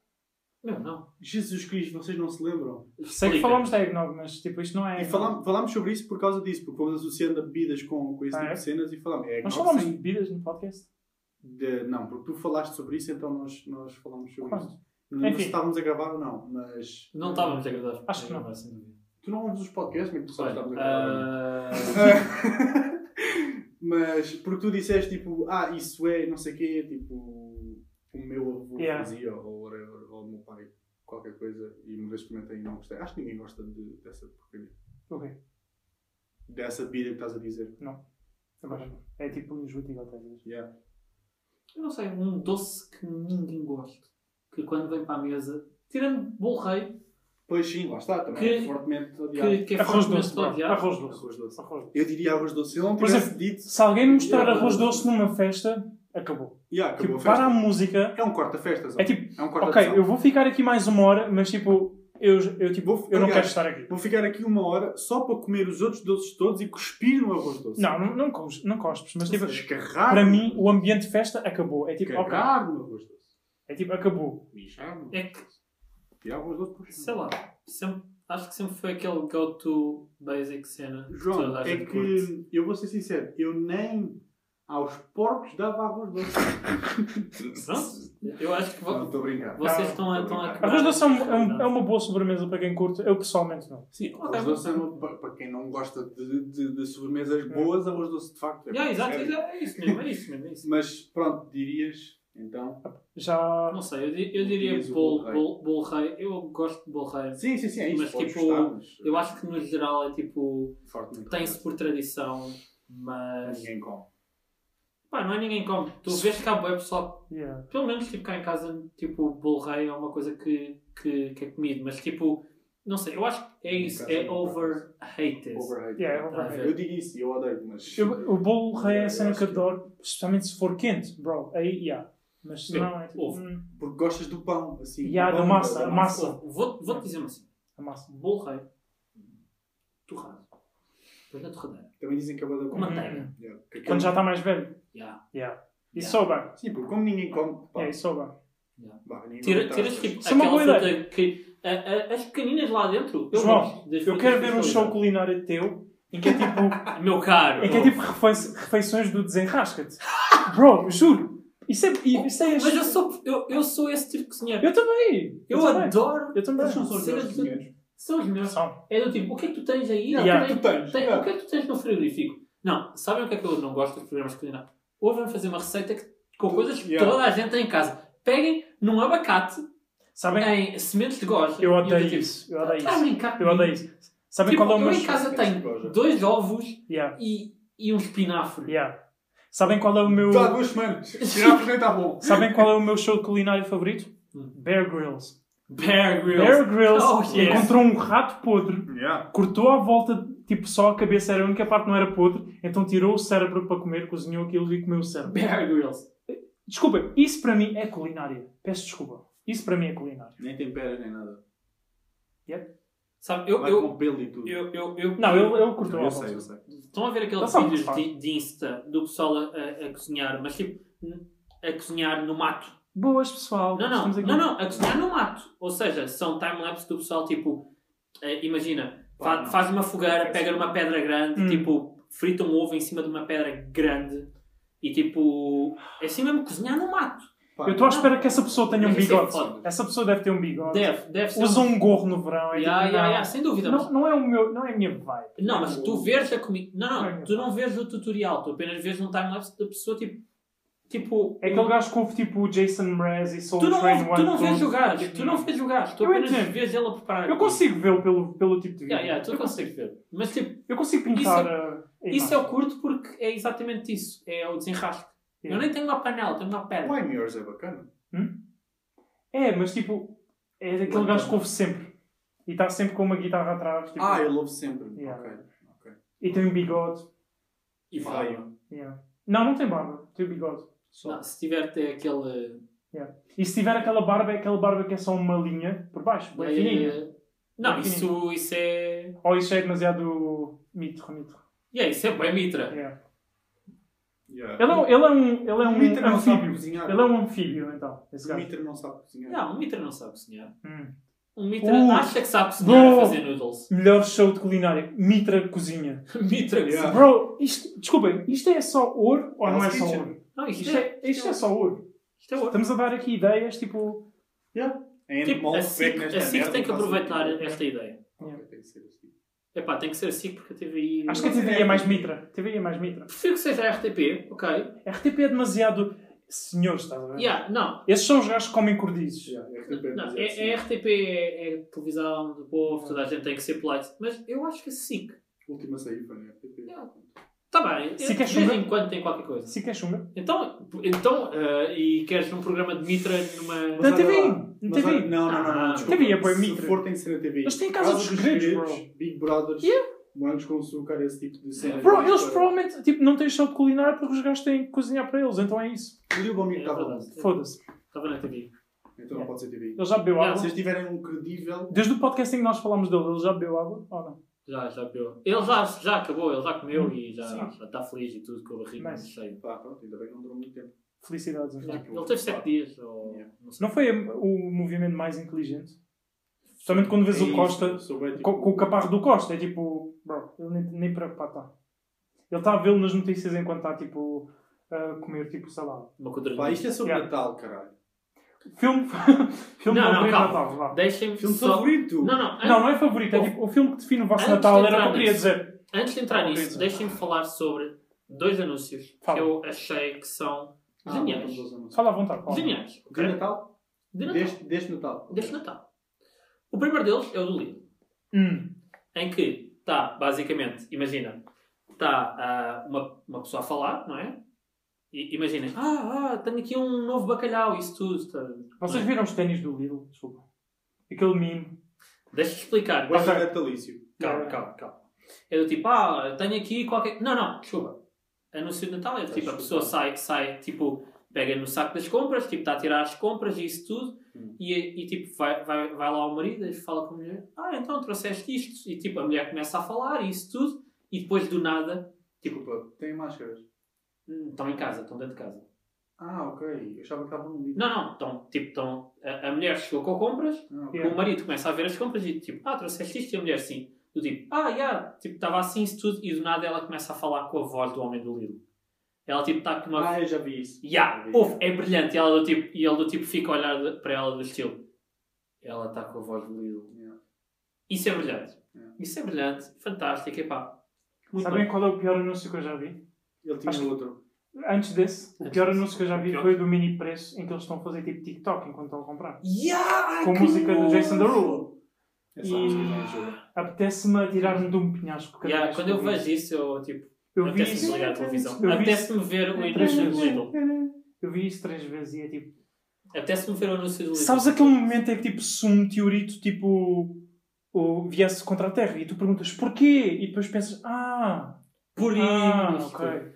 Não, não.
Jesus Cristo, vocês não se lembram?
Sei que
Explica.
falámos de eggnog, mas tipo, isto não é.
E
eggnog.
falam- falámos sobre isso por causa disso, porque fomos associando bebidas com, com esse
Ah,
tipo
é?
de cenas e falámos. É,
Nós
não,
falámos de
sem-
bebidas no podcast?
de- não, porque tu falaste sobre isso, então nós, nós falámos sobre
Quando?
isso. Não lembro
Enfim.
se estávamos a gravar ou não, mas.
Não estávamos a gravar.
Acho que não.
Sem dúvida.
Tu não ouves os podcasts, mas tu só estávamos a gravar.
Olha,
[laughs] mas porque tu disseste tipo, ah, isso é não sei o quê, tipo, o meu avô
Yeah.
fazia, ou whatever, ou o meu pai, qualquer coisa, e uma vez comentei e não gostei. Acho que ninguém gosta de- dessa porcaria.
Ok,
Dessa bebida que estás a dizer.
agora não. É tipo enjoativo até às vezes.
Yeah.
ah, eu não sei, um doce que ninguém gosta. Que quando vem para a mesa, tirando bolo rei,
Pois sim, lá está, também
Que-
é fortemente odiado.
que, que é
Arroz
fortemente
doce, bro.
odiado.
Arroz doce.
Arroz doce.
Arroz doce.
Eu diria arroz doce. Se ele não
Por
tivesse dito,
Se alguém me mostrar
Yeah,
arroz
bro.
doce numa festa, acabou.
yeah, acabou
Tipo,
a
para a
festa.
música.
É um corta-festas.
É tipo,
é um corta
ok, eu vou ficar aqui mais uma hora, mas tipo, eu, eu, tipo,
Vou-
eu não
aliás,
quero estar aqui.
Vou ficar aqui uma hora só para comer os outros doces todos e cuspir no arroz doce.
Não, não, não, cos- não cospes, mas tipo,
escarrar.
para mim o ambiente de festa acabou. É tipo, ok.
cagar no arroz doce.
É tipo, acabou.
Mijar no
É que,
E arroz doce por
sei lá, sempre, acho que sempre foi aquele go-to basic cena. que
João,
toda a
é
gente
que
curte.
eu vou ser sincero, eu nem aos porcos dava arroz
[laughs]
doce.
Pronto, eu acho que
Não,
vo-
Estou a brincar.
vocês
Não,
estão, a,
tô
estão a
brincando.
quebrar
Arroz doce é, um- é um-
a
é uma boa sobremesa para quem curte. Eu pessoalmente não.
Sim,
Ok,
arroz doce é uma- pa- para quem não gosta de, de- de
É.
sobremesas boas, arroz doce de facto. é
Yeah,
bom,
exato,
sério.
é isso mesmo, é isso mesmo. É isso.
Mas pronto, dirias então.
Já.
Não sei, eu, di- eu diria
Dirias o
bolo,
bolo rei.
bolo, bolo rei. Eu gosto de bolo rei.
Sim, sim, sim, é isso.
Mas,
podes
tipo,
gostar, mas, eh,
Eu acho que no geral é tipo.
fortemente
Tem-se por tradição, mas.
Ninguém come.
Pá, não é ninguém que come. Tu vês que há boé pessoal.
Yeah.
Pelo menos tipo cá em casa, tipo, bolo rei é uma coisa que, que, que é comido, mas tipo. Não sei, eu acho que é
Em
isso.
casa
É
não faz.
overrated.
Overrated.
Yeah, é
Tá a
overrated.
ver?
Eu digo isso, eu odeio, mas.
Eu- o bolo rei é a
Eu
cena
acho
que eu
que-
adoro, especialmente se for quente, bro. Aí, yeah. Mas se
Meu,
não, é tipo.
ovo.
hum,
Porque gostas do pão, assim.
Yeah,
do
da
pão,
massa,
da
a
Pô,
massa.
Vou- Vou-te dizer assim:
A massa.
bolo rei, torrado. Depois na torradeira.
Também dizem que é boa da
Com
mão.
manteiga.
Yeah, que aquele-
Hum, Quando já está mais velho.
Yeah.
Yeah. E
Yeah.
soba.
Sim, porque como ninguém come. Pá,
É, e soba.
vá, ninguém
Tira,
come
tiras
taças.
tipo
Isso é uma
aquela
boa
fruta que. a- a- as pequeninas lá dentro. Eu
João,
gosto das
Eu
frutas
quero ver um
cristalizadas.
show culinário teu em que é tipo.
Ah, Meu caro.
em que é tipo refei- refeições do desenrasca-te. Bro, juro. Isso é. Isso é
Mas eu sou, eu, eu sou esse tipo de cozinheiro.
Eu também!
Eu,
também.
adoro.
Eu também.
Eles não são os
Tira
melhores
de-
cozinheiros.
São os meus.
São.
É do tipo, o que é que tu tens aí?
Yeah.
O que é que
Tu tens,
tem-
yeah.
O que é que tu tens no frigorífico? Não, sabem o que é que eu não gosto dos programas de culinária? Hoje vamos fazer uma receita que- com coisas que
Yeah.
toda a gente tem em casa. Peguem num abacate
Sabem?
em sementes de goja.
Eu
E
odeio
tipo,
isso, eu odeio
"Tá a
isso.
brincar
Eu
comigo?"
odeio isso. Sabem
Tipo,
qual é o
eu
meu
em casa
Sementes de
tenho
goja.
dois ovos
Yeah,
e, e um espinafre.
yeah. Sabem qual é o meu.
Dá duas semanas.
[laughs]
Tirar por está bom.
Sabem qual é o meu show culinário favorito?
Hum.
Bear Grylls.
Bear Grylls.
Bear Grylls
Oh, yes.
encontrou um rato podre,
Yeah.
cortou à volta, tipo só a cabeça, era a única parte que não era podre, então tirou o cérebro para comer, cozinhou aquilo e comeu o cérebro.
Bear Grylls.
Desculpa, isso para mim é culinária. Peço desculpa. Isso para mim é culinária.
Nem tempera nem nada.
Sabe, eu,
Vai
eu,
com pelo e tudo.
eu, eu, eu-
Não, ele, ele cortou
Não,
à
eu
volta.
sei, eu sei.
Estão a ver
Não
aqueles
sabe
vídeos
o que
de, de Insta do pessoal a, a- a cozinhar, mas tipo, a cozinhar no mato.
Boas, pessoal.
Não, não,
Estamos aqui.
não, não, a cozinhar no mato. Ou seja, são timelapse do pessoal, tipo, eh, imagina, fa-
Pá, não.
faz uma fogueira, pega numa pedra grande,
Hum.
tipo, frita um ovo em cima de uma pedra grande e tipo, é assim mesmo cozinhar no mato.
Pá,
Eu estou à espera que essa pessoa tenha um
Mas isso é
bigode.
foda.
Essa pessoa deve ter um bigode.
Deve, deve ser.
Usa um gorro no verão. É
Yeah,
tipo,
yeah,
não.
yeah, sem dúvida. mas-
Não, não é o meu, não é a minha vibe.
Não, mas tu vês a comida. Não, não,
Olha.
tu não vês o tutorial, tu apenas vês um timelapse da pessoa tipo. Tipo.
É aquele gajo que ouve tipo o Jason Mraz e Soul
Tu não,
um Train
tu não
One,
vês
Two.
o gajo, tu não vês o gajo, tu
Eu
apenas
entendo.
vês ele a preparar.
Eu consigo vê-lo pelo, pelo tipo de vídeo.
Yeah, yeah, tu consegues ver. Mas tipo,
Eu consigo pintar
Isso
a- a
isso
imagem.
eu curto porque é exatamente isso, é o desenrasco. Eu nem tenho uma panela, tenho uma
O
pedra.
Wine Yours é bacana.
É, mas tipo, é daquele
Não,
gajo
não.
que ouve sempre. E está sempre com uma guitarra atrás tipo,
Ah, é. eu louvo sempre.
Yeah.
Ok. ok.
e tem um bigode.
E
Vai.
vai.
Yeah. Não, não tem barba, Tipo, tem bigode.
Só.
Não, se tiver até aquele.
E se tiver aquela barba, é aquela barba que é só uma linha por baixo, bem fininha.
eh, Não,
Bem
isso, isso é.
Ou isso é demasiado mitro, mitro.
Yeah, isso é bem mitra.
Yeah.
Yeah.
Ele é, um- ele é um, ele é
O
um
Mitre não sabe
anfíbio.
cozinhar.
Ele é um anfíbio, então, esse
O
gajo.
Mitre não sabe cozinhar.
Não, um mitra não sabe cozinhar.
Hum.
Um mitra
Uh,
acha que sabe cozinhar e
boa.
fazer noodles. [laughs] Um
Melhor show de culinária. Mitra cozinha.
mitra
Yeah.
cozinha.
Bro, isto, desculpem, isto é só ouro ou não é
Hell's
só
Kitchen.
ouro?
Não,
Isto é, isto é só ouro.
Isto é ouro.
Estamos a dar aqui ideias, tipo...
É
Tipo,
animal
a
que pega
SIC,
nesta
a SIC
merda
tem
e
que
faz
aproveitar
aquilo.
esta ideia.
Ok, tem que ser assim.
Epá, tem que ser a SIC porque a TVI...
Acho que a TVI é mais mitra. TVI é mais mitra.
Prefiro que seja a RTP, ok.
Ah.
RTP é demasiado... Senhores, estás a ver?
Yeah, não,
Esses são os gajos que comem cordizes.
Yeah, é que depende
não
dizer assim. Ah.
é, é RTP é, é televisão do povo, toda a gente tem que ser polite. Mas eu acho que a SIC...
Última saída, né?
Yeah. Tá bem,
SIC é
de vez
chunga.
em quando tem qualquer coisa.
Se quer chunga.
Então, então eh, e queres um programa de Mitra numa...
Da
Mas olha
TVI,
lá,
na
mas
TVI.
olha- Não, não, não, não.
Ah,
desculpa.
TVI é bué
Se
mitra.
for, tem que ser na TVI.
Eles têm Casa dos Segredos,
Big Brothers,
Yeah.
Morangos com Açúcar, esse tipo de cena.
Bro, eles provavelmente tipo, não têm show de culinária porque os gajos têm que cozinhar para eles, então é isso.
Olha o bom amigo que estava onde?
Estava
Foda-se.
na TV.
Então não pode ser TVI.
Ele já bebeu
Se
água.
eles tiverem um credível...
Desde o podcast em que nós falámos dele, ele já bebeu água? Ou não?
Já, já bebeu. Ele já, já acabou, ele já comeu e já
Sim.
já está feliz e tudo, com a barriga
Nice.
cheia.
Pá, pronto, ainda bem que não durou muito tempo.
Felicidades. Então.
Yeah.
Ele teve 7 dias, ou
tipo, Yeah.
não sei.
Não foi o movimento mais inteligente? Justamente quando vês
É
o
isso,
Costa
sou bué, tipo,
co- com, o caparro do Costa, é tipo, bro, ele nem, nem para pá, tá. Ele está a vê-lo nas notícias enquanto está tipo a comer tipo, sei lá.
Uma quadradinha.
Pá, isto é sobre
Yeah.
Natal, caralho.
Filme, [laughs] filme
Não,
não,
não,
não,
calma.
Natal, vá.
Deixem-me
Filme
só...
favorito!
Não, não. an-
Não, não é favorito, é tipo, o filme que define o vosso
Antes de
Natal era o
entrar
que eu queria
nisso.
dizer.
Antes de entrar
Não,
nisso,
pensa.
deixem-me falar sobre dois anúncios
Fala.
que eu achei que são
Ah,
geniais.
não, não, não, não.
Fala à vontade, fala.
Geniais,
De
ok?
Natal?
De Natal.
Deste deste Natal.
Deste Natal. O primeiro deles é o do Lidl.
Hum,
em que está, basicamente, imagina, está ah, uma, uma pessoa a falar, não é? E imaginem, ah, ah, tenho aqui um novo bacalhau, isso tudo. Tá...
vocês viram os ténis do Lidl? Desculpa. Aquele meme.
Deixa-te explicar.
Bué
Calma,
natalício.
calma, calma, calma. É do tipo, ah, tenho aqui qualquer... Não, não, desculpa. Anúncio de Natal é do tipo, a pessoa sai, sai, tipo, pega no saco das compras, tipo, está a tirar as compras e isso tudo,
Hum.
e, e tipo, vai, vai, vai lá o marido e fala com a mulher, ah, então trouxeste isto, e tipo, a mulher começa a falar e isso tudo, e depois do nada
Desculpa, Tipo, tem máscaras?
Hum, Estão em casa, estão dentro de casa.
Ah, ok. Eu achava que estava num livro.
Não, não, estão, tipo, estão. A, a mulher chegou com compras,
Ah, ok.
Yeah.
o marido começa a ver as compras e tipo, ah, trouxeste isto? E a mulher sim. Do tipo, ah, já, tipo, estava assim isso tudo, e do nada ela começa a falar com a voz do homem do Lidl. Ela tipo está com uma.
Ah, eu já vi isso.
Ya,
vi.
ouve, é brilhante. E, ela, do tipo, e ele do tipo fica a olhar de- para ela do estilo. Ela está com a voz do Lidl.
Yeah.
Isso é brilhante.
Yeah.
Isso é brilhante, fantástico, epá. Muito
Sabem
bem.
qual é o pior anúncio que eu já vi?
Ele tinha
Acho-
outro.
Antes desse, o
Antes
pior
desse.
anúncio que eu já vi
Pior.
foi o do mini preço em que eles estão a fazer tipo TikTok enquanto estão a comprar.
Ya,
Com a
que
música do
nojo!
Jason Derulo.
Essa
E-
música não é jogo.
Apetece-me atirar-me de um penhasco. cada
Ya,
vez
quando
que
eu vejo isso, eu tipo.
Eu vi
Apetece-me
isso.
desligar a televisão.
Eu vi
Apetece-me ver o
três
anúncio do
vezes.
Lidl.
Eu vi isso três vezes e é tipo.
Apetece-me ver o anúncio do Lidl.
Sabes aquele momento em que tipo, se um meteorito tipo. o- viesse contra a Terra e tu perguntas porquê? E depois pensas, ah,
Por
ah,
isso.
ok. É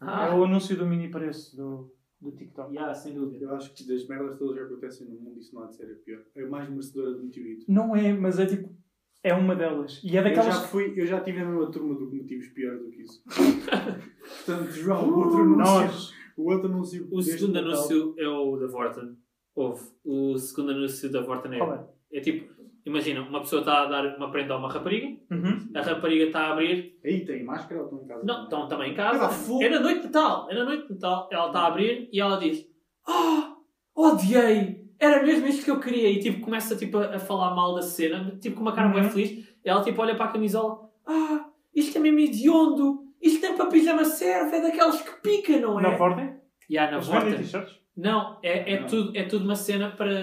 Ah,
o anúncio do mini preço do, do TikTok.
yeah, sem dúvida.
Eu acho que das merdas todas que acontecem no mundo, isso não há de ser a pior. É a mais merecedora do meteorito.
Não é, mas é tipo. É uma delas. E é
Eu
daquelas.
já, fui, eu já tive a mesma turma do que motivos piores do que isso.
[laughs]
Portanto, João, o outro anúncio.
Uh, Nós.
O outro anúncio.
O
deste
segundo
Natal-
anúncio é o da Vorten. Houve. O segundo anúncio da Vorten
Qual
é.
é?
É tipo, imagina, uma pessoa está a dar uma prenda a uma rapariga,
Uhum.
a rapariga está a abrir.
Aí tem máscara ou estão em casa?
Não, estão também em
Era
casa.
fogo.
Era noite de Natal, era noite de Natal. Ela está a abrir e ela diz: Ah, odiei! Era mesmo isto que eu queria. E tipo, começa tipo, a, a falar mal da cena, tipo, com uma cara bem
Uhum.
feliz. Ela tipo, olha para a camisola: Ah, isto é mesmo hediondo! Isto tem para pijama serve, é daquelas que pica, não é?
Na Vorten?
E há na
Eles vendem
volta.
t-shirts?
Não, é, é,
Não.
Tudo, é tudo uma cena para.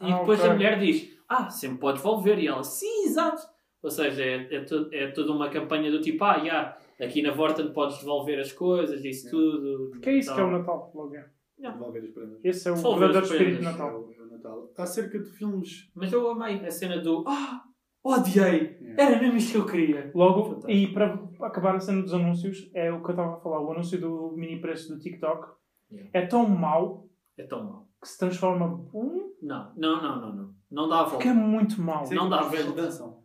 E
Ah,
depois
ok.
a mulher diz: Ah, sempre pode devolver. E ela: Sim, exato. Ou seja, é, é, tu- é toda uma campanha do tipo: Ah, já, aqui na Vorten podes devolver as coisas, isso
É.
tudo.
Que é isso que é o
Então,
Natal, logo é.
Devolver as prendas.
Esse é o
Devolver
verdadeiro
as
espírito de
prendas.
Natal.
É o Natal. Acerca de filmes.
Mas eu amei a cena do Ah, odiei.
É.
Era mesmo isto que eu queria.
Logo,
Fantástico.
e para acabar a cena dos anúncios, é o que eu estava a falar, o anúncio do mini preço do TikTok
Yeah.
é tão mau
É tão mau.
que se transforma. Hum,
Não, não, não, não. Não, não dá a volta.
que é muito mau.
Sim. Não dá a ver.
Dançam.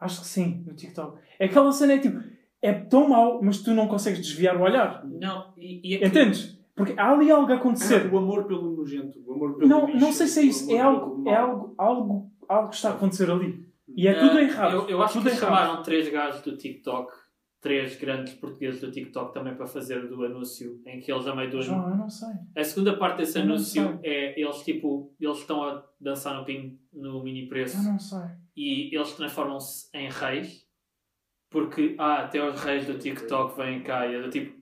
Acho que sim, no TikTok. É Aquela cena é tipo. é tão mau, mas tu não consegues desviar o olhar.
Não, e, e aqui-
Entendes? Porque há ali algo a acontecer.
O amor pelo nojento, o
Ah,
amor pelo
Não,
lixo,
não sei se é isso.
o
É
amor
algo,
pelo
é
mal.
algo, algo, algo que está a acontecer ali. E é tudo
Ah,
errado.
Eu, eu acho
tudo
que
errado.
chamaram três gajos do TikTok, três grandes portugueses do TikTok também para fazer do anúncio, em que eles a meio do anúncio.
João, eu não sei.
A segunda parte desse
Eu não
anúncio é eles tipo, eles estão a dançar no, pin- no mini preço
Eu não sei.
e eles transformam-se em reis. Porque, ah, até os reis do TikTok vêm cá e é do tipo.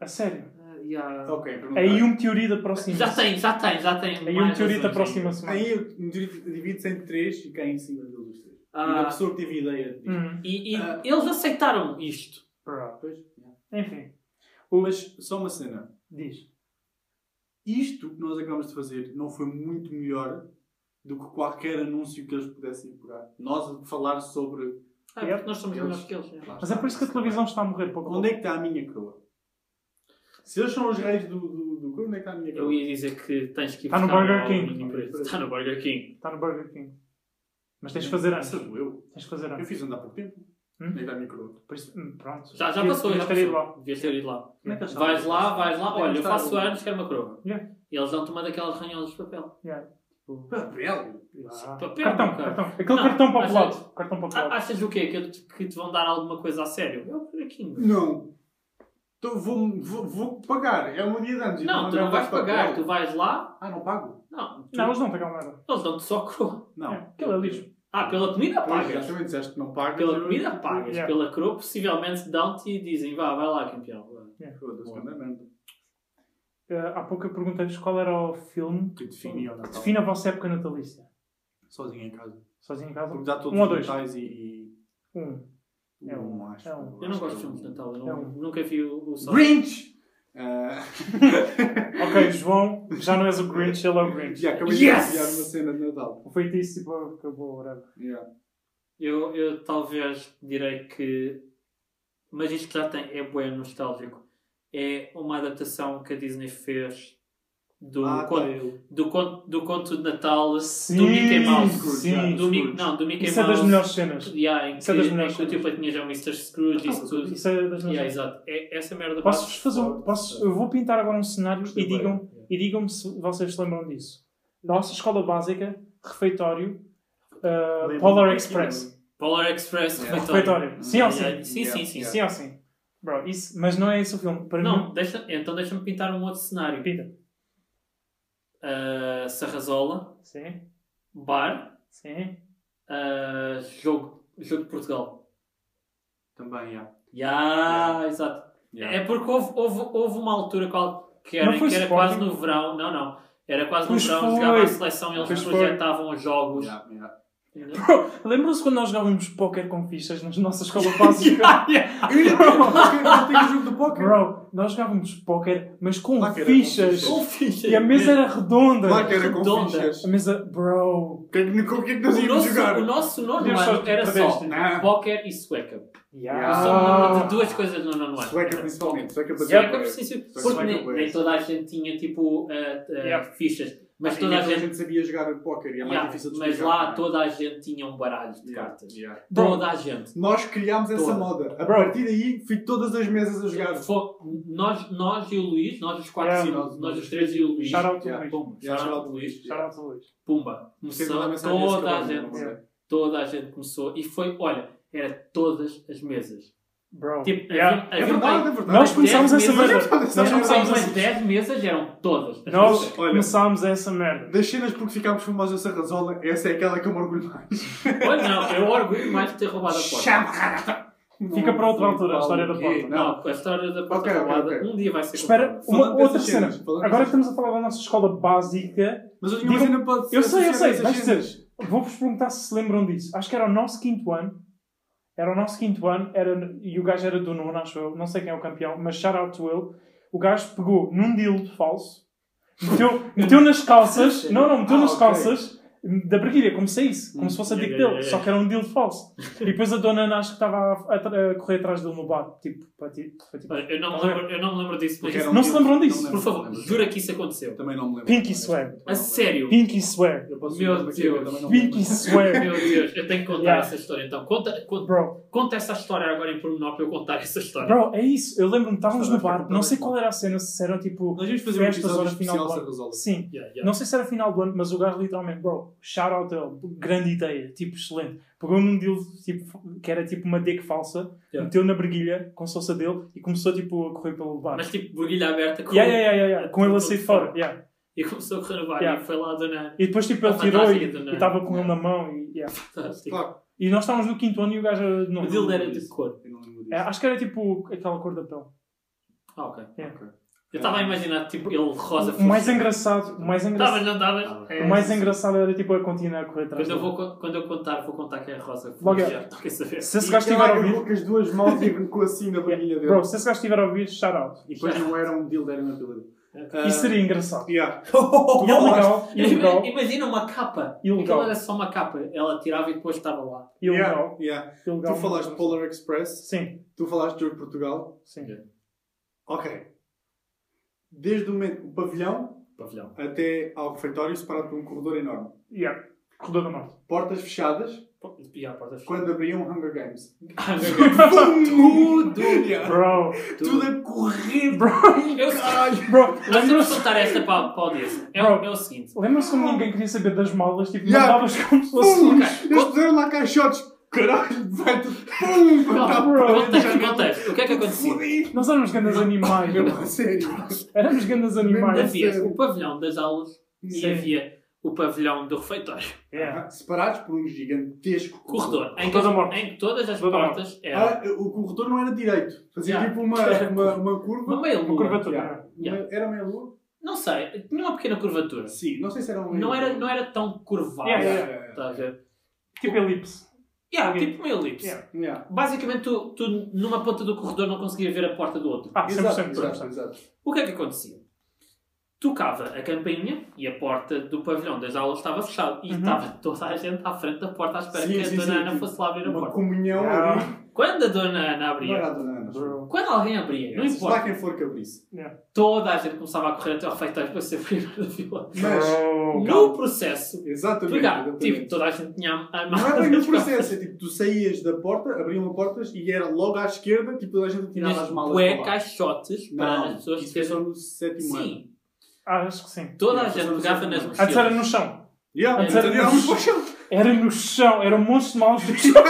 A sério.
ah, yeah.
Ok, pergunta.
Aí um teoria de aproximação.
Já tem, já tem, já tem.
Aí um
mais
teoria de
razões
aproximação.
Aí o meteorito divide-se entre três e cai em cima deles os três. E
ainda.
da
Ah,
pessoa que teve a ideia disto.
Hum,
e e
Ah.
eles aceitaram isto.
bro.
Pois, yeah.
Enfim,
Mas só uma cena.
diz.
Isto que nós acabamos de fazer não foi muito melhor do que qualquer anúncio que eles pudessem pegar. Nós a falar sobre.
Ah, porque nós somos
Eles-
melhores que eles.
Lá
Mas é por isso que a
está.
televisão está a morrer pouco. a
Onde é que está a minha coroa? Se eles são os reis do. do, do... Onde é que está a minha
Eu
coroa?
ia dizer que tens que ir
Tá no
buscar
Burger
ao
King.
mini preço. Está Tá no Burger King.
pouco. Está no Burger King. Mas tens de fazer antes.
Essa doeu.
Tens de fazer
Eu
antes.
fiz andar há pouco tempo.
Hum?
Onde é que está a minha coroa?
Por isso, hum, pronto.
Já, já
Devias-
passou, já
devias ter ido lá.
passou. Devias ter ido lá.
Como é que eles
Vais
sabem?
lá, vais lá.
Tem
Olha,
que
eu
estar
faço
um-
anos, quero uma coroa.
Yeah.
E eles dão-te uma daquelas ranholas de papel.
Papel?
Ah,
Papel,
cartão,
cara.
cartão. Aquele
Não,
cartão para
mas
o lado. Cartão para o
Ah,
lado.
achas o quê? Que, te- que te vão dar alguma coisa a sério? É o Burger King.
Não. Então vou, vou, vou pagar. É um dia de antes.
Não, tu não vais pagar. Tu vais lá.
Ah, não pago?
Não, tu-
Não, eles não pagam nada.
eles dão-te só coroa.
Não.
É, aquilo é lixo.
Ah, pela comida
Pois, já
pagas.
também disseste que não pagas.
Pela
eu-
comida pagas.
Yeah.
Pela coroa possivelmente dão-te e dizem vá, vai lá campeão. vá.
Foda-se, grande merda.
Ah, há pouco eu perguntei-vos qual era o filme
Que define ao Natal.
Defina a vossa época natalícia.
Sozinho em casa.
Sozinho em casa?
Porque dá todos
Um ou
os
dois?
natais e...
Um.
e...
É um,
acho.
é um.
Eu não
acho
gosto de
que é um.
filmes de Natal. Eu
É
não-
um-
nunca vi o, o Sonic.
Grinch! Ah,
Ok, João, já não és o Grinch, ele é o Grinch.
Ah, já acabei
Yes!
de enviar uma cena de Natal.
O feitiço tipo, acabou, whatever.
Yeah.
Eu, eu talvez direi que. Mas isto já tem. É bué nostálgico. É uma adaptação que a Disney fez do,
Ah, tá,
conto,
eu.
do, conto, do conto de Natal do
Sim,
Mickey Mouse.
sim.
Do Mi- não, do Mickey
Isso é
Mouse.
das melhores cenas.
Yeah, em que,
Isso é das
em
melhores
que o
coisas.
tipo tinha já o Mr. Scrooge e isso tudo.
Isso é das melhores
Yeah,
cenas.
exato. É, essa merda.
Posso-vos fazer um. Posso, eu vou pintar agora um cenário e digam-me
Yeah.
digam se vocês se lembram disso. Nossa escola básica, refeitório, ah,
Lembro-me
Polar
daquilo.
Express.
Polar Express,
Yeah.
refeitório.
Refeitório. Sim ou sim?
Yeah, Sim, sim, sim.
Ah, Yeah.
Sim ou sim? Bro, isso, mas não é esse o filme. Para mim,
Não, deixa, então deixa-me pintar um outro cenário.
pinta.
Ah, Sarrazola,
Sim,
bar.
sim.
Uh, jogo, jogo de Portugal.
Também, já.
Ya, exato.
Yeah.
É porque houve, houve, houve uma altura qualquer
Não
em
foi
que era
Sporting?
quase no verão. Não, não. Era quase
Pois
no verão,
foi.
jogava a seleção e eles
Pois foi.
projetavam os jogos.
Yeah, yeah.
Entendeu?
Lembram-se quando nós jogávamos póquer com fichas na nossa escola
[laughs]
básica?
Eu ainda tenho- eu tenho o um jogo do póquer.
Bro, nós jogávamos póquer, mas com
Claro que era com
fichas.
fichas.
E a mesa era redonda.
Claro que era com
Redonda.
fichas.
A mesa, bro.
O que é que com o que é que nós
O
íamos
nosso,
jogar?
o nosso nono
Podíamos
ano
só
era só
fazer
Não.
póquer e sueca.
Ah.
Só me lembro de duas coisas no nono ano.
Sueca principalmente. Sueca para
Sueca,
dizer-
sim, sim.
Sueca
Porque nem,
para-
nem toda a gente tinha tipo uh, uh,
Yeah.
fichas, mas
Ah,
toda a
então
gente.
sabia jogar póquer e é mais
Yeah,
difícil de
mas
explicar,
lá
não é?
toda a gente tinha um baralho de
Yeah,
cartas.
yeah.
Toda a gente.
Nós criámos essa
Toda.
moda. A
Bro.
partir daí, fui todas as mesas a jogar.
Fo- nós, nós e o Luís, nós os quatro,
Yeah,
sim, nós,
nós- nós
os três e o Luís.
É, Shout out to
Yeah.
Luís.
Pumba,
Yeah,
shout out
shout
to
out
Luís.
Shout out to Luís.
Pumba.
Fiz uma
Começou,
mensagem desse
toda a
cabelo,
gente,
não sei.
toda a gente começou. E foi, olha, era todas as mesas.
Bro.
Tipo,
Yeah.
É
havia, havia
verdade, é
bem,
verdade.
Nós começámos
dez
essa
meses-
merda.
Nós
Nós
havia
começámos
começámos
bem
essa
10 mesas, eram todas. as
Nós
mesas.
Olha.
começámos essa merda.
Das cenas porque ficámos famosos essa razola, essa é aquela que eu me orgulho mais.
Olha, não, eu orgulho mais de ter roubado a porta.
Fica para outra altura, a história da
Ok,
porta.
Não.
Não, a história da porta
Ok, ok,
roubada
ok.
um dia vai ser
Espera,
contada.
uma
Falando
outra
dessas
cena.
cenas, falando
Agora que
dessas-
estamos a falar da nossa escola básica,
Mas eu tinha uma
Diga-
cena para
eu sei, eu
associar
sei,
essas
vais
cenas.
vou-vos perguntar se se lembram disso. Acho que era o nosso quinto ano. Era o nosso quinto ano era, e o gajo era do nono, acho eu. Não sei quem é o campeão, mas shout out to ele. O gajo
[laughs]
pegou num dildo falso, meteu, meteu nas calças, não, não, meteu
Ah,
nas
ok.
calças, da barquilha, como se é isso, como
Hum,
se fosse a
yeah,
dick
yeah,
dele,
yeah,
só que era um deal falso. E depois a dona Ana acho que estava a, a- a correr atrás dele no bar, tipo, para ti, para ti.
Olha, Eu não, me lembro, eu não me lembro disso, mas
Porque era
isso-
um
não se
deal-
lembram
não
disso?
me
por
lembro,
favor,
não me lembro.
jura que isso aconteceu.
Também não me lembro.
Pinky
Honestamente,
swear.
não me
A
lembro.
sério.
Pinky swear,
Eu posso
Meu
dizer uma coisa que eu
Deus.
também não me lembro.
pinky swear,
[laughs] Meu Deus, eu tenho que contar
Yeah.
essa história então. Conta, conta,
bro.
Conta essa história agora em pormenor para eu contar essa história.
Bro, é isso. Eu lembro-me, estávamos no
Estava a
bar,
ficar
não sei qual era a cena, se era tipo.
Nós íamos fazer um
Festas,
episódio
horas final
especial
do
sem
ano.
resolve.
Sim.
Yeah, yeah.
Não sei se era final do ano, mas o gajo literalmente, bro, shout out a ele, grande ideia, tipo, excelente. Pegou num deal tipo, que era tipo uma dick falsa,
Yeah.
meteu na briguilha com a dele e começou tipo a correr pelo bar.
Mas tipo, burguilha aberta com,
Yeah, yeah, yeah, yeah, yeah, com ele a sair de fora. yeah.
e começou a correr no bar
Yeah.
e foi lá a dona
E depois tipo ele
A
tirou e
fantástica do
e
Nerd.
estava com ele na mão. E, yeah.
fantástica.
Claro.
e nós estávamos no quinto ano e o gajo era de
ah, tipo, O
novo.
deal
lembro
era de
disso.
que cor.
Eu não lembro disso.
É, acho que era tipo aquela cor da pele.
Ah, ok.
Ok.
Eu estava a imaginar tipo ele rosa
O mais engraçado, o mais
Estavas,
engraçado,
não estavas?
Tava.
É.
o mais engraçado era tipo a continuar a correr atrás.
Quando eu,
dele.
vou, co- quando eu contar, vou contar que é rosa.
Logo é.
Já, tu quer saber?
Se esse
E
gajo
ela
estiver a
agarrou
ouvir.
Então, com as duas mãos e arrancou assim
[laughs]
na barriga dele.
Bro, se esse gajo estiver a ouvir, shout out.
E depois não era um deal, era uma pila. Ah,
É.
Isso seria
[laughs]
engraçado.
Yeah.
[laughs] E ilegal, ilegal,
[laughs] Ima- [laughs] Imagina uma capa.
Ilegal.
Aquilo era só uma capa. Ela tirava e depois estava lá.
ilegal,
Yeah.
ilegal.
Tu falaste de Polar Express,
Sim,
tu falaste de Jogo de Portugal.
sim.
Ok. Desde o momento, o pavilhão
Pavilhão.
até ao refeitório separado por um corredor enorme.
Yeah. Corredor da morte.
Portas fechadas,
E a porta fechada.
quando abriam Hunger
[laughs]
Games.
[laughs] Ah, meu Deus.
Tudo! yeah.
Bro,
Tudo a correr, bro.
bro, [laughs]
Eu
Caralho.
bro.
Mas temos
Lembra-se
que contar esta para, para a audiência. É,
Bro.
o- é o seguinte.
lembra-se quando ninguém queria saber das malas? Tipo,
Yeah.
mandavas como se fosse um
Pum! Eles puseram lá caixotes. Caralho, vai tudo. Pum!
Não,
Tá
bro.
pronto,
Contexto,
já não-
contexto. O que é que aconteceu?
Fodido.
Nós éramos grandes animais,
Meu,
bro.
a sério.
Éramos grandes animais.
Havia o pavilhão das aulas e
Sim.
havia o pavilhão do refeitório.
Yeah.
Separados por um gigantesco
É. Corredor. Em que,
Toda morte.
em que todas as
Toda morte.
portas eram.
Ah, o corredor não era direito. Fazia
Yeah.
tipo
[laughs]
uma, uma, uma curva.
Uma meia
Uma
lua.
curvatura.
Yeah.
Yeah.
Uma- Era meia lua?
Não sei, tinha uma pequena curvatura.
Sim, não sei se era uma meia
Não
lua. É,
era, não era tão curvada.
Yeah,
Tá a ver?
Tipo elipse.
Yeah,
Yeah.
Tipo uma elipse.
Yeah.
Yeah.
Basicamente, tu, tu numa ponta do corredor não conseguias ver a porta do outro.
Ah, 100%.
Exato, exato,
100%.
exato.
O que é que acontecia? Tocava a campainha e a porta do pavilhão das aulas estava fechada e
Uhum.
estava toda a gente à frente da porta à espera
Sim,
que a
sim,
dona
sim,
Ana
sim.
fosse lá abrir a
Uma
porta.
comunhão
Ah,
Yeah.
ali.
Quando a dona Ana
Não
abria,
era a dona Ana.
Bro.
quando alguém abria, não
Não Lá
importa,
quem for que abrisse.
toda a gente começava a correr até ao refeitório para ser [laughs] primeiro da fila.
Mas,
No
calma.
processo,
exatamente.
pegava,
exatamente.
tipo, toda a gente tinha a a
Não
mão
era bem
nas [laughs]
no
costas.
processo, é tipo, tu saías da porta, abriam a portas e era logo à esquerda, tipo, toda a gente tirava
Tinhas
as malas.
bué
para lá.
caixotes para
Não,
as pessoas
isso foi só
terem-
no sétimo ano.
Sim,
Ah, acho que sim.
toda a
Isso foi
gente
só no
pegava
sétimo
nas
ano.
Antes era
mochilas.
no chão.
Yeah,
Antes
mas
era
tirávamos
isso.
para o chão.
Era no chão. Era um monte de malas do chão.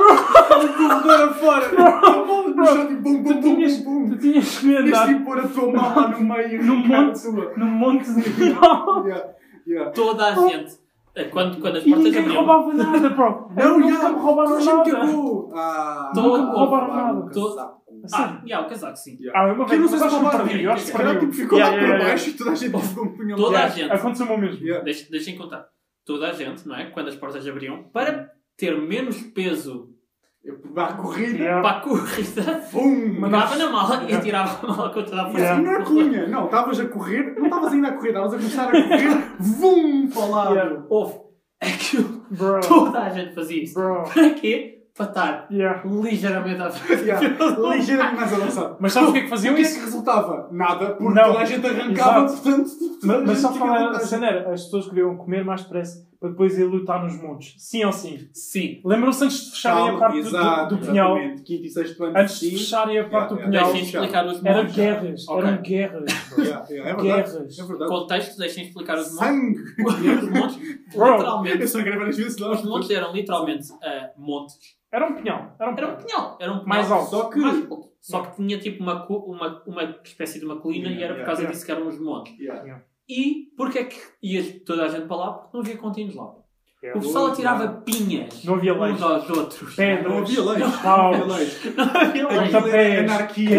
corredor afora. A bola no chão, tipo, bum, bum,
Tu
bum,
tinhas,
bum, bum.
tu tinhas que
Tinhas
andar
de pôr a tua mão lá no
[laughs]
meio.
Num
cara,
monte.
sua.
num
[laughs]
monte de malas.
Yeah, yeah.
Toda a gente, eh, quando, quando as
E
portas
ninguém
abriam,
roubava nada, bro.
Não,
nunca
yeah,
me roubaram
toda a gente
nada. Então
cagou. Ah,
Nunca me
roubaram nada.
um
Todo-
casaco.
Ah,
Sério?
yeah, o casaco sim.
Assim, Ah, uma
Que eu
vez,
não sei
mas
se
acho que me
roubaram.
perdi. Acho que
Se
me
calhar
perdi.
tipo, ficou lá
Yeah, yeah,
para
yeah.
baixo e toda a gente ficou um punhal.
Toda a
Yeah,
gente.
Aconteceu-me o mesmo.
Yeah.
Deixem, deixem contar. Toda a gente, não é? Quando as portas abriam, para ter menos peso
Eu pegava a corrida.
Yeah.
para a corrida,
Bum.
[laughs] Mas não-
pegava na mala
[laughs] Yeah.
e tirava a mala com toda a força.
Mas
Yeah.
não era cunha, não, estavas a correr, não estavas ainda a correr, estavas a começar a
[laughs]
correr, vum, para lá.
Yeah.
Houve aquilo.
Bro.
Toda a gente fazia isso.
Bro.
Para quê? Para estar
Yeah.
ligeiramente à frente.
Yeah. Ligeiramente mais avançado.
Mas sabes o que é que faziam
O que é
isso?
que resultava? Nada, porque
Não.
toda a gente arrancava,
Exato.
portanto, toda a
Mas, mas
gente
só
tinha
falar a
vantagem.
cena era, as pessoas queriam comer mais depressa para depois ir lutar nos montes. Sim ou sim?
Sim.
Lembram-se antes de fecharem
Calma,
a parte do-
exato,
do, do pinhal?
exatamente. Quinto e sexto ano,
Antes
sim.
de fecharem a parte
Yeah,
do pinhal,
Deixem explicar os
eram
montes.
guerras.
Ok.
Eram guerras. bro.
Yeah, yeah, [laughs] é verdade.
Guerras.
É verdade.
Contexto, deixem explicar os montes. [laughs]
Sangue.
Os montes,
Bro.
Eu
literalmente.
só quero várias vezes, não.
Os montes eram literalmente ah, montes.
Era um pinhal. Era um
Era
pinhal.
um pinhal. Era um pinhal.
Mais alto.
Só que.
Mais um alto. Só que tinha tipo uma, co- uma, uma espécie de uma colina e era por
Yeah,
causa
yeah.
disso que eram os montes.
Yeah.
E porquê é que ia toda a gente para lá? Porque não havia continhos lá.
Yeah.
O pessoal
Boa,
atirava pinhas
É Não havia leis.
uns aos outros.
Não
Pedras.
havia leis.
Pau. é
Não havia leis.
Não havia leis.
Aquilo
Pontapés.
era anarquia.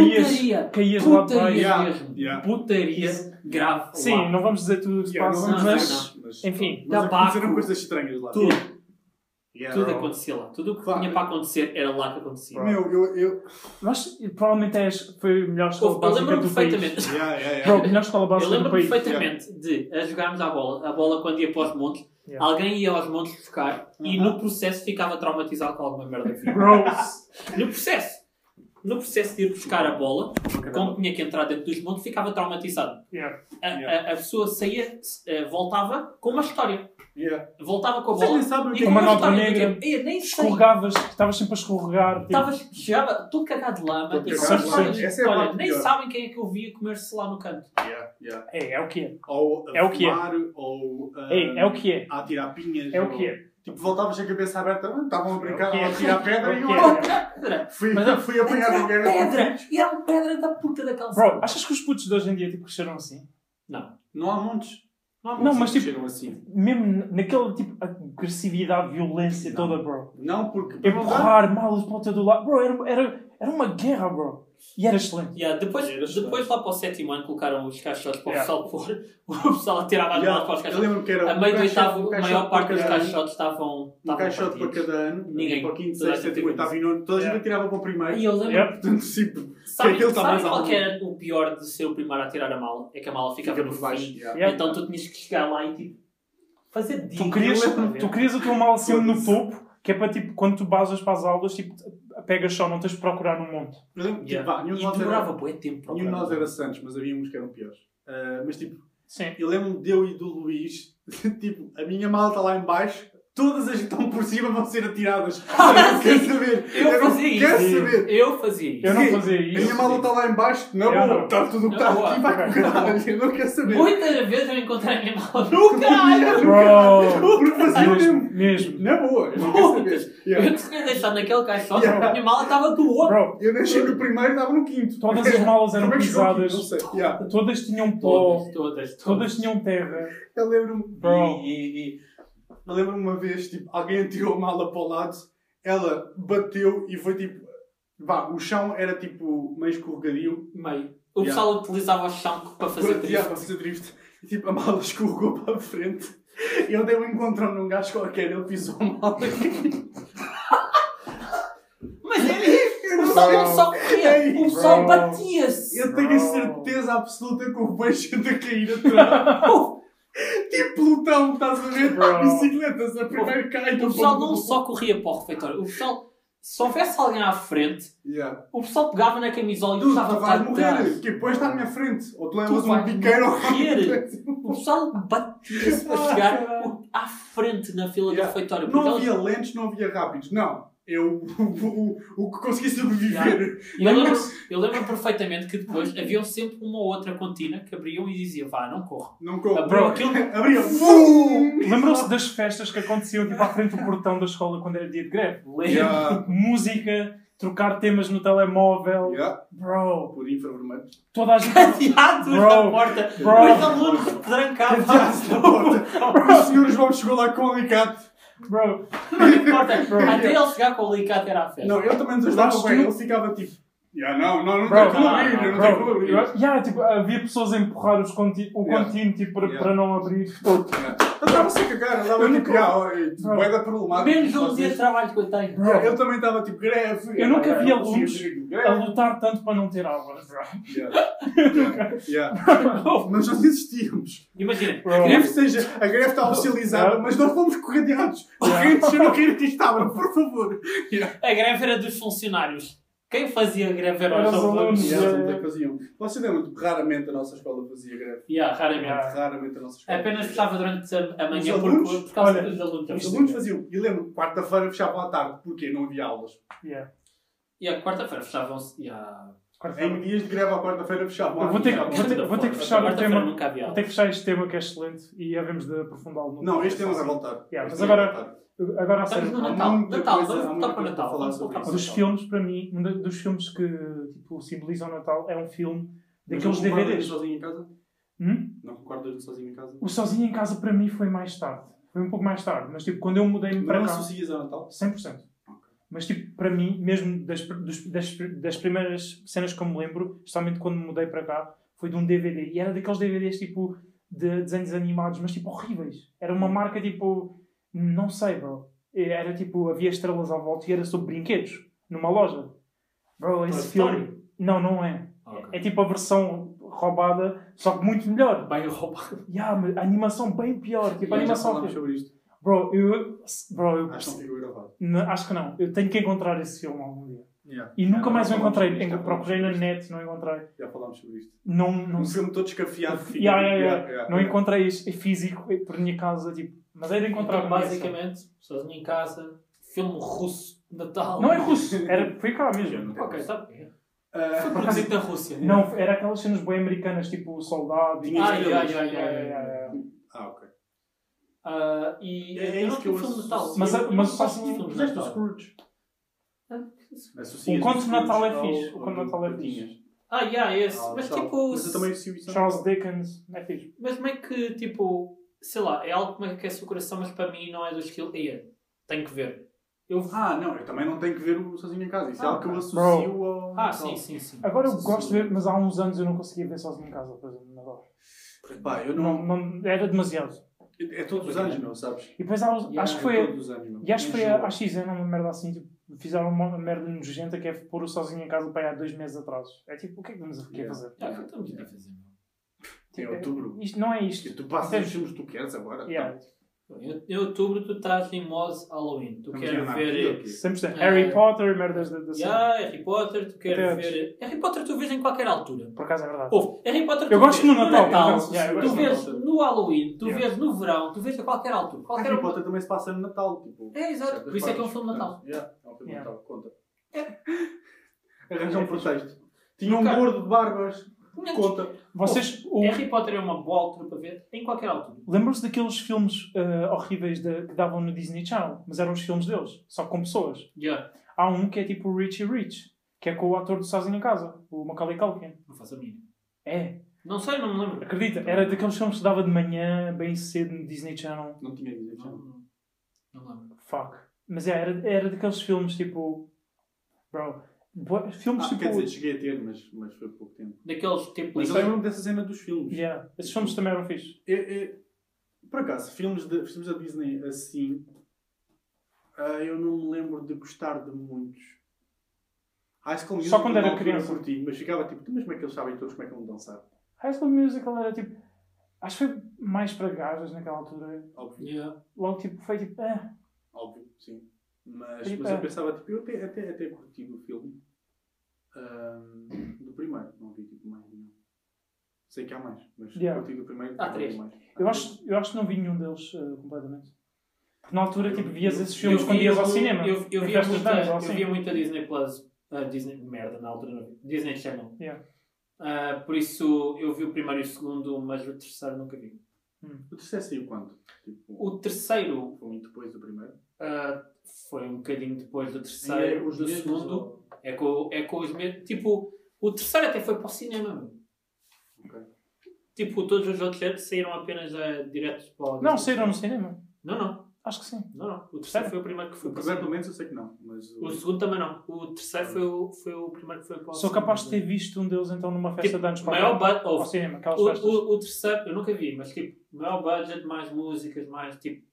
Caías,
Putaria.
caías lá de
Putaria
baixo.
Yeah,
mesmo.
yeah.
Putaria grave.
Sim,
lá.
não vamos dizer tudo o que se
Yeah,
passa,
não vamos
mas
dizer, mas-
enfim,
mas
tabaco.
aconteceram coisas estranhas lá.
Tudo.
Yeah,
Tudo
bro.
acontecia lá. Tudo o que
Claro.
tinha para acontecer era lá que acontecia.
Meu, eu.
[laughs]
eu...
Nós, provavelmente és, foi a melhor escola
Houve- Eu
básica
lembro-me
do país.
perfeitamente.
Yeah, yeah,
Bro,
yeah.
a melhor escola
Eu
básica do
lembro-me
país.
perfeitamente de a jogarmos à bola, a bola quando ia para os montes,
Yeah.
alguém ia aos montes buscar e
Aham.
no processo ficava traumatizado com
[laughs]
alguma merda. que fez.
Bro,
No processo! No processo de ir buscar a bola,
É
como tinha que entrar dentro dos montes, ficava traumatizado.
yeah.
A,
Yeah.
a- a pessoa saía, s- eh, voltava com uma história.
Yeah.
Voltava com a
Vocês
bola.
nem sabem o que
e
é
com
que
Uma
é.
nota
história do
negra.
tipo, "Ei, nem sei.
escorregavas, estavas sempre a escorregar. tipo,
Estavas, chegava todo cagado de lama
Todo
e
cagado
de
com histórias
lama.
de
Essa é a
história.
parte
Nem
pior.
sabem quem é que eu via comer-se lá no canto.
Yeah, yeah.
É, é o que é.
Ou a
É o que é.
fumar, ou ah,
Ei, é o que é.
a atirar pinhas.
É o
ou-
que é.
Tipo, voltavas a cabeça aberta, ah, estavam a brincar,
É o que é.
estavam a tirar pedra e
É
eu [laughs]
o que é.
"Oh,
Pedra!
fui,
Mas não,
fui apanhar
era
qualquer
pedra! E era um pedra da puta da calçada.
Bro, achas que os putos de hoje em dia tipo, cresceram assim?
Não.
Não há montes. Não, há
Não,
montes
mas
que
tipo-
cheiram assim.
Mesmo naquela tipo, agressividade, violência toda, bro.
Não, porque.
É Empurrar malas para o teu do lado. Bro, era, era, era uma guerra, bro. E era excelente.
Yeah, depois,
Era estranho.
depois lá para o sétimo ano colocaram os caixotes para o
Yeah.
pessoal pôr. [laughs] O pessoal tirava as
Yeah,
balas para os
eu
caixotes.
lembro que era
A meio do
um caixote-
oitavo,
um
a
caixote
maior
para
parte dos
cada ano,
caixotes estavam.
Um caixote para
partidos.
cada ano,
Ninguém.
para o quinto,
Toda a
sexto, sétimo,
gente teve
oitavo e nono, toda a gente
Yeah.
atirava para o primeiro.
E eu lembro.
Yeah.
[laughs] Portanto, tipo,
Sabe,
Aquele está
sabe
mais
qual
alto.
que era o pior de ser o primeiro a tirar a mala? É que a mala ficava
fica
no
por
baixo.
baixo. Yeah.
Yeah.
Então tu tinhas que chegar lá e tipo. Fazer dica.
Tu querias,
lembro-me.
tu querias a tua mala sempre assim no topo, que é para tipo, quando tu basas para as aulas, tipo, pegas só, não tens de procurar num monte.
Por exemplo, tipo,
Yeah.
vá, nenhum de
E
nós
demorava
era-
bué tempo para
nenhum de nós era Santos, mas havia uns que eram piores. Ah, mas tipo,
Sim.
eu lembro-me de eu e do Luís, [laughs] tipo, a minha malta lá em baixo, todas as que estão por cima vão ser atiradas. Eu
[laughs] Ah,
não quero
Sim.
saber.
Eu
não
fazia
quero
isso.
saber.
Eu fazia isso.
Eu não
Sim.
fazia
A minha
isso.
mala está lá em baixo, na
Eu
boa,
não.
está tudo o que
Na
está
boa.
aqui, vai com
Ok.
caralho, eu não quero saber.
Muitas vezes eu encontrei a minha mala no caralho!
Bro!
Porque fazia um mesmo.
Mesmo, mesmo.
Na boa, eu não quero saber. Yeah.
Eu tinha deixado naquele caixote,
Yeah.
a minha mala estava do outro.
Bro,
Eu nasci no primeiro, estava no quinto.
todas as malas eram
Como é que chegou aqui?
pesadas,
Não sei. Yeah.
todas tinham pó,
Todas, todas,
todas tinham terra.
Eu lembro-me.
Bro.
E, e- e- eu lembro-me uma vez, tipo, alguém atirou a mala para o lado, ela bateu e foi tipo. Vá, o chão era tipo meio escorregadio.
Meio. O
Yeah.
pessoal utilizava o chão para fazer
Para- yeah,
triste.
para fazer drift. E tipo, a mala [laughs] escorregou para a frente. Eu dei um encontrão num gajo qualquer, ele pisou a
[laughs]
mala.
Mas é, o pessoal
Bro.
não só corria, o pessoal
Bro.
batia-se.
Eu tenho a
Não.
certeza absoluta que houve bem gente a cair
[laughs]
atrás. tipo pelotão, estás a ver?
Bro.
Bicicletas, a primeira cai
O pessoal não só corria para o refeitório, o pessoal, se houvesse alguém à frente,
Yeah.
o pessoal pegava na camisola e
Tu, tu
começava a
vais
botar
morrer,
atrás.
que depois está à minha frente. Ou tu
Tu
levas
vais
um biqueiro ou
morrer. O pessoal batia-se para
Ah,
chegar
caralho. à
à frente na fila do
Yeah.
refeitório. porque
Não
eles-
havia lentos, não havia rápidos. Não. Eu [laughs] o, o, o que consegui sobreviver.
E Eu lembro, eu lembro perfeitamente que depois havia sempre uma ou outra contina que abriam e diziam vá, não corra.
Não corro.
Abriu aquilo.
Abria. Fum!
Lembram-se das festas que aconteciam tipo à frente do portão da escola quando era dia de greve?
lembro.
Yeah.
Música, trocar temas no telemóvel.
Yeah.
Bro,
Por infravermelho.
toda a gente.
[laughs]
tá-
Cadeados na
Bro.
porta.
Bro.
Os alunos trancavam.
Cadeados na porta. O senhor João chegou lá com o alicate.
Bro,
Não importa.
Bro.
Até ele chegar com o alicate era a festa.
Não, eu também nos
É. Mas
ajudava
tu-
bem. Ele ficava tipo. Yeah, não, não, não
Bro,
tem como abrir,
não,
não, tem como
bro.
abrir.
Eu- Yeah, tipo, havia pessoas a empurrar os conti- o
Yeah.
contínuo tipo, para,
Yeah.
para não abrir. tipo,
Yeah. Eu estava-se a cagar, eu
Eu
estava tipo,
nunca-
yeah, oh, é, tipo,
Bro.
bué da problemática.
Menos um
Vocês-
dia de trabalho que eu tenho.
Bro.
Eu também estava tipo greve.
Eu nunca vi
não
alunos
conseguia ver,
A
greve.
lutar tanto para não ter
[laughs]
aulas, bro.
Yeah. Yeah.
[laughs]
Yeah. Nós não desistíamos.
Imagina.
Bro.
A greve, seja, a greve está hostilizada, mas nós fomos corredeados. Correntes, eu não quero que isto abra, por favor. Yeah.
A greve era dos funcionários. Quem fazia a greve era
Era
os
os
alunos.
alunos.
E elas até é faziam. Vocês lembram que raramente a nossa escola fazia greve?
Yeah, raramente.
Raramente a nossa escola.
Apenas fechava durante a a manhã
Os
por,
alunos?
por causa
Olha,
dos alunos.
Os alunos faziam. E lembro, quarta-feira fechavam à tarde. Porquê? Não havia aulas.
Yeah.
E a quarta-feira fechavam-se. Yeah.
Em dias de greve à quarta-feira fechavam.
Eu vou ter que-
Fechavam.
vou ter- vou ter que fechar o
Quarta-feira
tema.
Nunca havia
Vou ter que fechar este tema que é excelente e havemos de aprofundá-lo. no-
Não, este tema vai voltar.
Yeah, mas
Este tema vai
agora-
voltar.
Agora a
Estamos
sério.
no
Há
Natal.
muita
Natal,
coisa-
um
vamos
há
voltar
muita
para o
coisa
Natal.
para
Vamos
falar
voltar para o
sobre
Dos
isso.
Natal.
filmes, para mim, um da- dos filmes que tipo, simbolizam o Natal é um filme daqueles
Mas não concordas
DVDs.
sozinho em casa?
Hum?
Não concordas de sozinho em casa?
O Sozinho em Casa para mim foi mais tarde. Foi um pouco mais tarde, mas tipo, quando eu mudei-me para
Não é
cá.
associas a Natal?
100%. Mas, tipo, para mim, mesmo das, pr- dos- das, pr- das primeiras cenas que eu me lembro, especialmente quando me mudei para cá, foi de um DVD. E era daqueles DVDs, tipo, de desenhos animados, mas, tipo, horríveis. Era uma marca, tipo, não sei, bro. E Era tipo, havia estrelas à volta e era sobre brinquedos, numa loja. Bro, esse
Toy
filme. Não, não é.
Ok.
É tipo a versão roubada, só que muito melhor.
Bem roubado.
Yeah, mas a animação bem pior. Tipo, a
Já
animação.
falámos sobre isto.
Bro, eu. Bro, eu.
Acho que não ficou gravado.
Não, acho que não. Eu tenho que encontrar esse filme algum dia.
Yeah.
E nunca
Já
mais o
falámos
encontrei.
sobre isto,
Eu
já
Procurei na
falámos sobre
net, não encontrei.
isto. Já falámos sobre isto.
Não, não
Um filme todo descafiado. fica
Yeah,
tipo,
yeah, yeah.
yeah, yeah,
Não
yeah.
encontrei isso em físico é por minha casa, tipo, mas era encontrar
Então, basicamente, sozinho em casa, filme russo, de Natal.
Não é russo, era, foi cá mesmo.
Ok, está bem.
Ah,
Foi produzido na Rússia.
Não, era aquelas cenas bem americanas, tipo o É, soldado e.
Tinha
Ai,
estrelas.
ai, ai,
Yeah,
ai,
yeah,
ai.
yeah.
Ah, ok.
Ah, e
É- é
eu
isso
não
que eu
tenho filme de Natal.
associo-
Mas- ah,
Eu não
mas
gosto
só
de
se-
filmes de
Fizeste o
Natal.
Scrooge.
O
Associas
Conto
o
de Natal é
Scrooge
fixe,
ao-
o Conto de
ao
Natal é
Patinhas.
fixe.
Ah, yeah, esse.
Ah,
mas
Natal.
tipo.
Mas eu também associo isso ao
Charles
Natal.
Dickens, é fixe.
Mas meio que tipo. Sei lá, é algo que me aquece o coração, mas para mim não é do estilo. Ia, tenho que ver. Eu.
Ah, não, eu também não tenho que ver o Sozinho em Casa. Isso é
Ah,
algo que eu
ok.
associo ao.
Ah,
Natal.
sim, sim, sim.
Agora eu
Sim,
gosto de
sim.
ver, mas há uns anos eu não conseguia ver sozinho em casa, por exemplo, no Natal.
Pá, eu
Não,
não.
não, era demasiado.
É todos os anos, meu, sabes?
E depois há uns,
Yeah,
acho que
É
foi.
todos os anos, meu.
E acho que foi
Enjoa.
a XN, uma merda assim, tipo, fizeram uma merda nojenta que é pôr-o sozinho em casa para ir há dois meses atrás. É tipo, o que é que vamos aqui
Yeah.
fazer? Tipo,
Ah, o que estamos aqui a fazer, meu?
Em outubro.
Isto não é
Que
isto.
tu passas os filmes que tu queres agora.
Yeah.
Em- Em outubro tu estás em modo Halloween. Tu
Estamos
queres
a
ver.
anarquia,
eh,
ok.
100%.
É.
Harry Potter, merdas da da série.
Yeah, Harry Potter, tu queres
Até
ver. Harry Potter tu vês em qualquer altura.
Por acaso é verdade.
Ouve, Harry Potter Oh, tu
Eu gosto
vês
no Natal, por
Natal,
acaso. Yeah, eu
Tu
gosto no
vês
Natal.
no Halloween, tu
Yeah.
vês no verão, tu vês a qualquer altura. Qualquer
Harry Potter também se passa no Natal. Tipo,
É, exato.
certas
Por isso é que é um
partes.
filme de Natal.
Yeah, é um filme de
Yeah.
Natal, conta. Arranja um pretexto. Tinha um
Nunca.
gordo de barbas,
Não,
conta.
Vocês o-
Harry Potter é uma boa altura para ver em qualquer altura.
lembram-se daqueles filmes eh, horríveis da- que davam no Disney Channel? Mas eram os filmes deles, só com pessoas.
Yeah.
Há um que é tipo o Richie Rich, que é com o ator de Sozinho em Casa, o Macaulay Culkin.
Não faço a mínima.
É,
Não sei, não me lembro.
acredita, era daqueles filmes que dava de manhã, bem cedo no Disney Channel.
Não tinha ideia.
Não, não, não me lembro.
Fuck. Mas é, era, era daqueles filmes tipo. Bro. bué- Filmes
Ah,
tipo.
quer dizer, cheguei a ter, mas, mas foi pouco tempo.
Daqueles tipo.
Mas eu lembro-me dessa cena dos filmes.
Yeah, Esses filmes também eram fixe.
Eu- eu- é, por acaso, filmes, de, filmes da Disney assim, ah, eu não me lembro de gostar de muitos. High School Musical
quando era
na altura
criança.
curti, mas ficava tipo, "Tu, mas como é que eles sabem todos como é que vão dançar?
High School Musical era tipo. Acho que foi mais para gajas naquela altura.
Óbvio,
Yeah.
Logo tipo, foi tipo. ah,
óbvio, sim. Mas,
Tipo,
mas eu
é.
pensava, tipo, eu até, até, até curti do filme ahm, do primeiro, não vi tipo mais nenhum. Sei que há mais, mas
Yeah.
curti do primeiro
Há
não vi
três.
mais.
Eu acho, eu acho que não vi nenhum deles eh, completamente. Porque na altura tipo, vias esses
Eu
filmes
Eu
quando
vi
ias ao
o-
cinema.
Eu, eu,
Em
via
festas de
muita,
anos, ou
eu
assim.
via muita Disney Plus. ah, Disney, merda, na altura não vi. Disney Channel.
Yeah.
Ah, por isso eu vi o primeiro e o segundo, mas o terceiro nunca vi.
O terceiro saiu quando? Tipo,
O terceiro
foi muito depois do primeiro.
ah, foi um bocadinho depois do
Ainda
terceiro,
é os
do
mesmos,
segundo.
ou-
É com, é com os mesmos. Tipo, o terceiro até foi para o cinema. meu.
Ok.
Tipo, todos os outros saíram apenas eh, diretos para o.
Não, saíram no cinema.
Não, não,
Acho que sim.
não, não. O terceiro foi o primeiro que foi
O
para o
primeiro, pelo
cinema.
menos, eu sei que não. Mas o-
O segundo também não. O terceiro foi o, foi o primeiro que foi para o
Sou
cinema.
capaz de ter visto um deles então numa festa
Tipo,
de anos
Maior
qualquer.
budget.
Ao cinema, aquelas
o,
festas.
o, o terceiro, eu nunca vi, mas tipo, maior budget, mais músicas, mais tipo.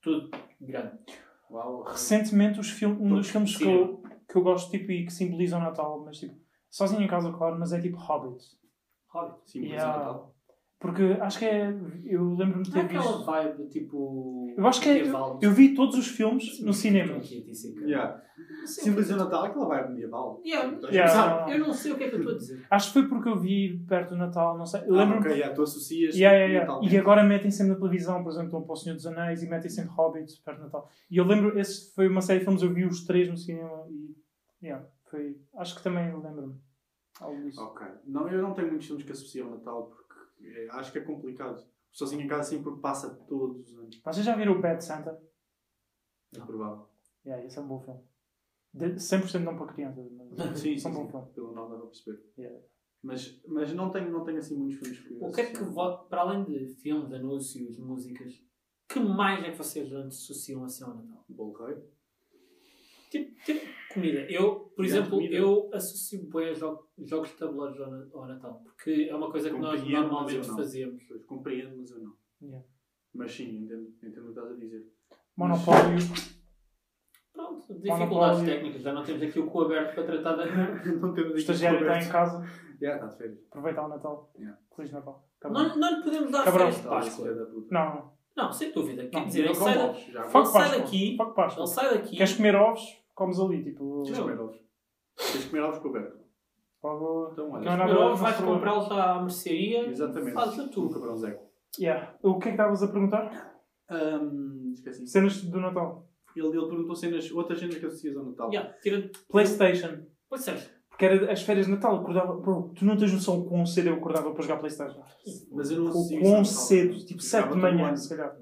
Tudo grande.
Uau,
recentemente os filmes, um dos
Todos
filmes que
sim.
eu, que eu gosto tipo, e que simbolizam o Natal, mas tipo, sozinho em casa, claro, mas é tipo Hobbit.
Hobbit.
sim, mas
Yeah.
é Natal.
Porque acho que é. Eu lembro-me de
Não é
ter
aquela
visto.
vibe tipo.
Eu acho que é-
medieval. tipo,
Eu vi todos os filmes no cinema.
Estou aqui a dizer que-
Yeah.
Sim,
Simples é Natal, aquela vibe medieval.
Yeah.
Então,
Yeah.
sabe?
Eu não sei o que é que eu estou
[laughs]
a dizer.
Acho que foi porque eu vi perto do Natal, não sei. Eu
Ah,
lembro-me.
ok, yeah, tu associas tipo,
Yeah, yeah, yeah.
Natal. né?
E agora metem sempre na televisão, por exemplo, estão para o Senhor dos Anéis e metem sempre Hobbit perto do Natal. E eu lembro, esse foi uma série de filmes, eu vi os três no cinema e. Yeah, foi, acho que também lembro-me. Algo disso.
Ok. Não, eu não tenho muitos filmes que associam Natal porque eh, acho que é complicado. Sozinho em casa, sim, porque passa todos os anos.
Vocês já viram o Bad Santa?
É provável.
Yeah, esse é um bom filme. De- 100% não para crianças, mas
[laughs] Sim, sim,
são bom
sim.
filme.
Pelo nome dá para perceber.
Yeah.
Mas, mas não, tenho, não tenho assim muitos filmes que.
O que é que,
associam.
vo- para além de filmes, anúncios, músicas, que mais é que vocês associam assim ao Natal?
Bolo Rei.
Tipo, tipo comida. Eu, por
Yeah,
exemplo,
Tipo comida.
eu associo bem a jo- jogos de tabuleiros ao, Na- ao Natal, porque é uma coisa que nós
Compreendo, mas
normalmente
eu não.
fazemos.
Pois, Compreendo, mas eu não.
Yeah.
Mas sim, entendo, entendo o que estás a dizer. [laughs]
Monopólio.
Pronto, dificuldades técnicas. Já não temos aqui o cu aberto para tratar da merda.
Não temos
O estagiário está em casa,
Yeah, tá, está de férias.
aproveitar o Natal.
Yeah.
Feliz Natal. Acabou.
[laughs] Não, não lhe podemos dar
Cabrão.
férias de Páscoa.
Não, não.
Não, sem dúvida. Quer
Não,
dizer,
eu
ele
como
sai, da-
ovos.
Já
Fuck
sai
Páscoa.
daqui.
Fuck Páscoa.
ele sai daqui.
Queres comer ovos? Comes ali, tipo.
Tens de comer ovos. Tens de comer ovos com o Berto.
Logo.
Então,
Não,
olha.
não.
Comer ovos,
não
vais
sou eu.
comprá-los à mercearia.
Exatamente.
Faz a
O
tu.
cabrão Zeco.
Yeah. O que é que estavas a perguntar?
Hum, esqueci.
Cenas do Natal.
Ele, ele perguntou cenas, outras cenas que associas ao Natal.
Yeah, tira...
PlayStation.
Pois seja,
Porque era as férias de Natal, eu acordava. Bro, tu não tens noção quão cedo eu acordava para jogar PlayStation.
Mas eu não
Ou
associo isso ao
quão
um Natal.
cedo, tipo
Eu
7 de
jogava todo o
manhã,
ano.
se calhar.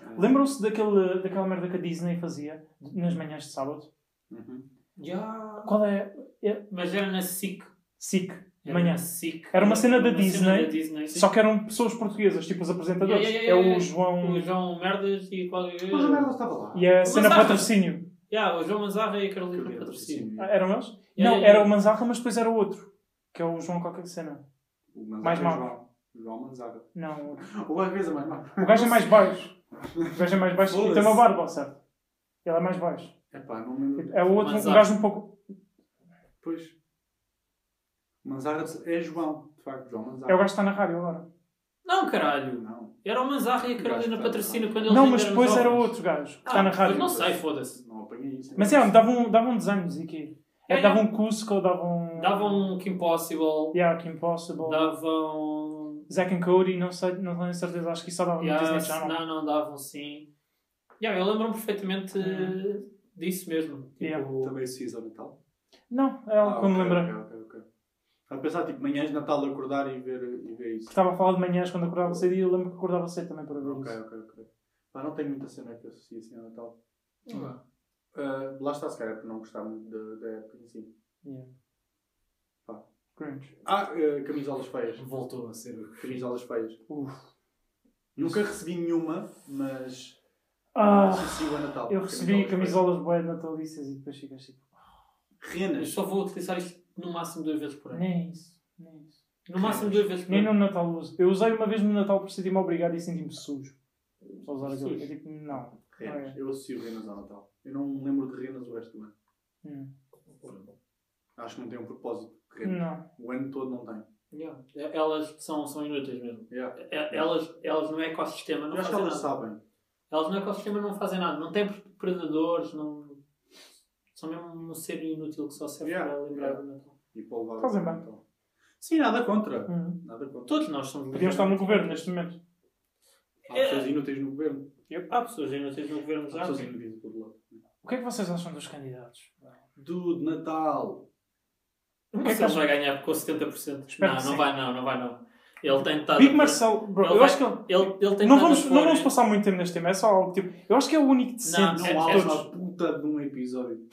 Ah.
Lembram-se daquele, daquela merda que a Disney fazia nas manhãs de sábado?
Uhum.
já.
Qual é?
Mas era na SIC.
SIC, de
Era
manhã.
na SIC.
Era uma cena da Disney,
É sim.
Só que eram pessoas portuguesas, tipo os apresentadores.
Yeah, yeah, yeah,
É o
yeah.
João.
O João Merdas e qualquer
Mas o Berto estava lá.
E é- a cena
Manzarra.
patrocínio.
Yeah, o João Manzarra e a Carolina
Carolina
Patrocínio.
Patrocínio.
Ah, Eram eles?
Yeah,
não,
yeah,
era
yeah.
o Manzarra, mas depois era o outro. Que é o João qualquer cena.
O Manzaga
Mais
é
magro.
João. João Manzaga.
Não, o outro.
Ou às vezes é mais magro.
o gajo é mais baixo. O gajo é mais baixo e tem uma
Foda-se.
barba, certo? Ele é mais baixo.
Epá, não me lembro.
É o outro, um
Manzarra.
gajo um pouco.
Pois. Manzaga é João, de facto. João Manzaga.
É o gajo que está na rádio agora.
Não, caralho.
Não.
Era o Manzarra e a
Gajo
Carolina
tá-
Patrocínio quando eles
Não,
ainda
mas
eram
depois era o
jovens.
outro gajo que
Ah,
está na
mas
rádio.
Não sei, foda-se.
Não apanhei isso.
Mas é, davam, davam desenhos aqui. É,
É,
davam Cusco, davam.
Davam um Kim Possible,
Yeah, Kim Possible.
davam.
Zack and Cody, não sei, não tenho certeza, acho que isso só dava no
Yeah,
Disney Channel.
não, não davam sim. Yeah, eu lembro-me perfeitamente
Yeah.
disso mesmo. Tipo,
É. Yeah.
Também associas ao Natal? Ah,
Não, é algo que eu me
ok,
lembrei.
ok, ok, ok. Estava a pensar, tipo, manhãs de Natal acordar e ver, e ver isso.
Estava a falar de manhãs quando acordava cedo e eu lembro que acordava cedo também para ver
Ok,
isso.
ok, ok. Pá, não tenho muita cena que associa assim ao Natal.
ah,
Ah, lá está, se calhar, por não gostar muito da, da época em si.
Yeah.
Pá.
Cringe.
Ah, ah, camisolas feias.
Voltou a ser.
Camisolas feias.
Uf.
Nunca recebi nenhuma, mas
é
Ah,
associo a Natal.
eu recebi
Camisolas
camisolas boé natalícias e depois ficas tipo.
feias.
Eu
Renas.
só vou utilizar isto no máximo duas vezes por ano.
Nem isso, nem isso.
No máximo duas vezes por
Nem
ano.
no Natal uso. Eu usei uma vez no Natal por sentir-me obrigado e senti-me sujo. Só usar aquilo.
Sujo.
É tipo, não.
Renas.
Ok.
Eu associo renas ao Natal. Eu não me lembro de renas o resto do ano.
Hum.
Acho que não tem um propósito. Renas.
Não.
O ano todo não tem.
Yeah. Elas são, são inúteis mesmo.
Yeah.
E- Elas, elas no ecossistema não
Eu acho que
fazem
elas
nada.
sabem.
Elas no ecossistema não fazem nada. Não têm predadores, não... São mesmo um ser inútil que só serve
Yeah,
para lembrar do Natal.
E para levar
Fazem
o
bem.
Natal. então. Sim, nada contra.
Hum.
Nada contra.
Todos nós somos
Podiam estar no governo neste momento.
Há pessoas inúteis no governo.
Há pessoas inúteis no governo
Há
É. já.
pessoas inúteis de todo lado.
O que é que vocês acham dos candidatos?
Do Natal.
O
que é que
ele vai ganhar com 70%?
Espero que
não,
sim.
não vai não, não vai não. Ele tem estado...
Big Marcel, bro,
Ah, Ele
eu
vai-
acho que ele.
Ele, ele tem
Não
estado
vamos,
a
não vamos
pôr-
passar muito tempo neste tema, é só algo tipo. Eu acho que é o único
Não,
decente.
Não
é-
há
é-
uma puta de um episódio.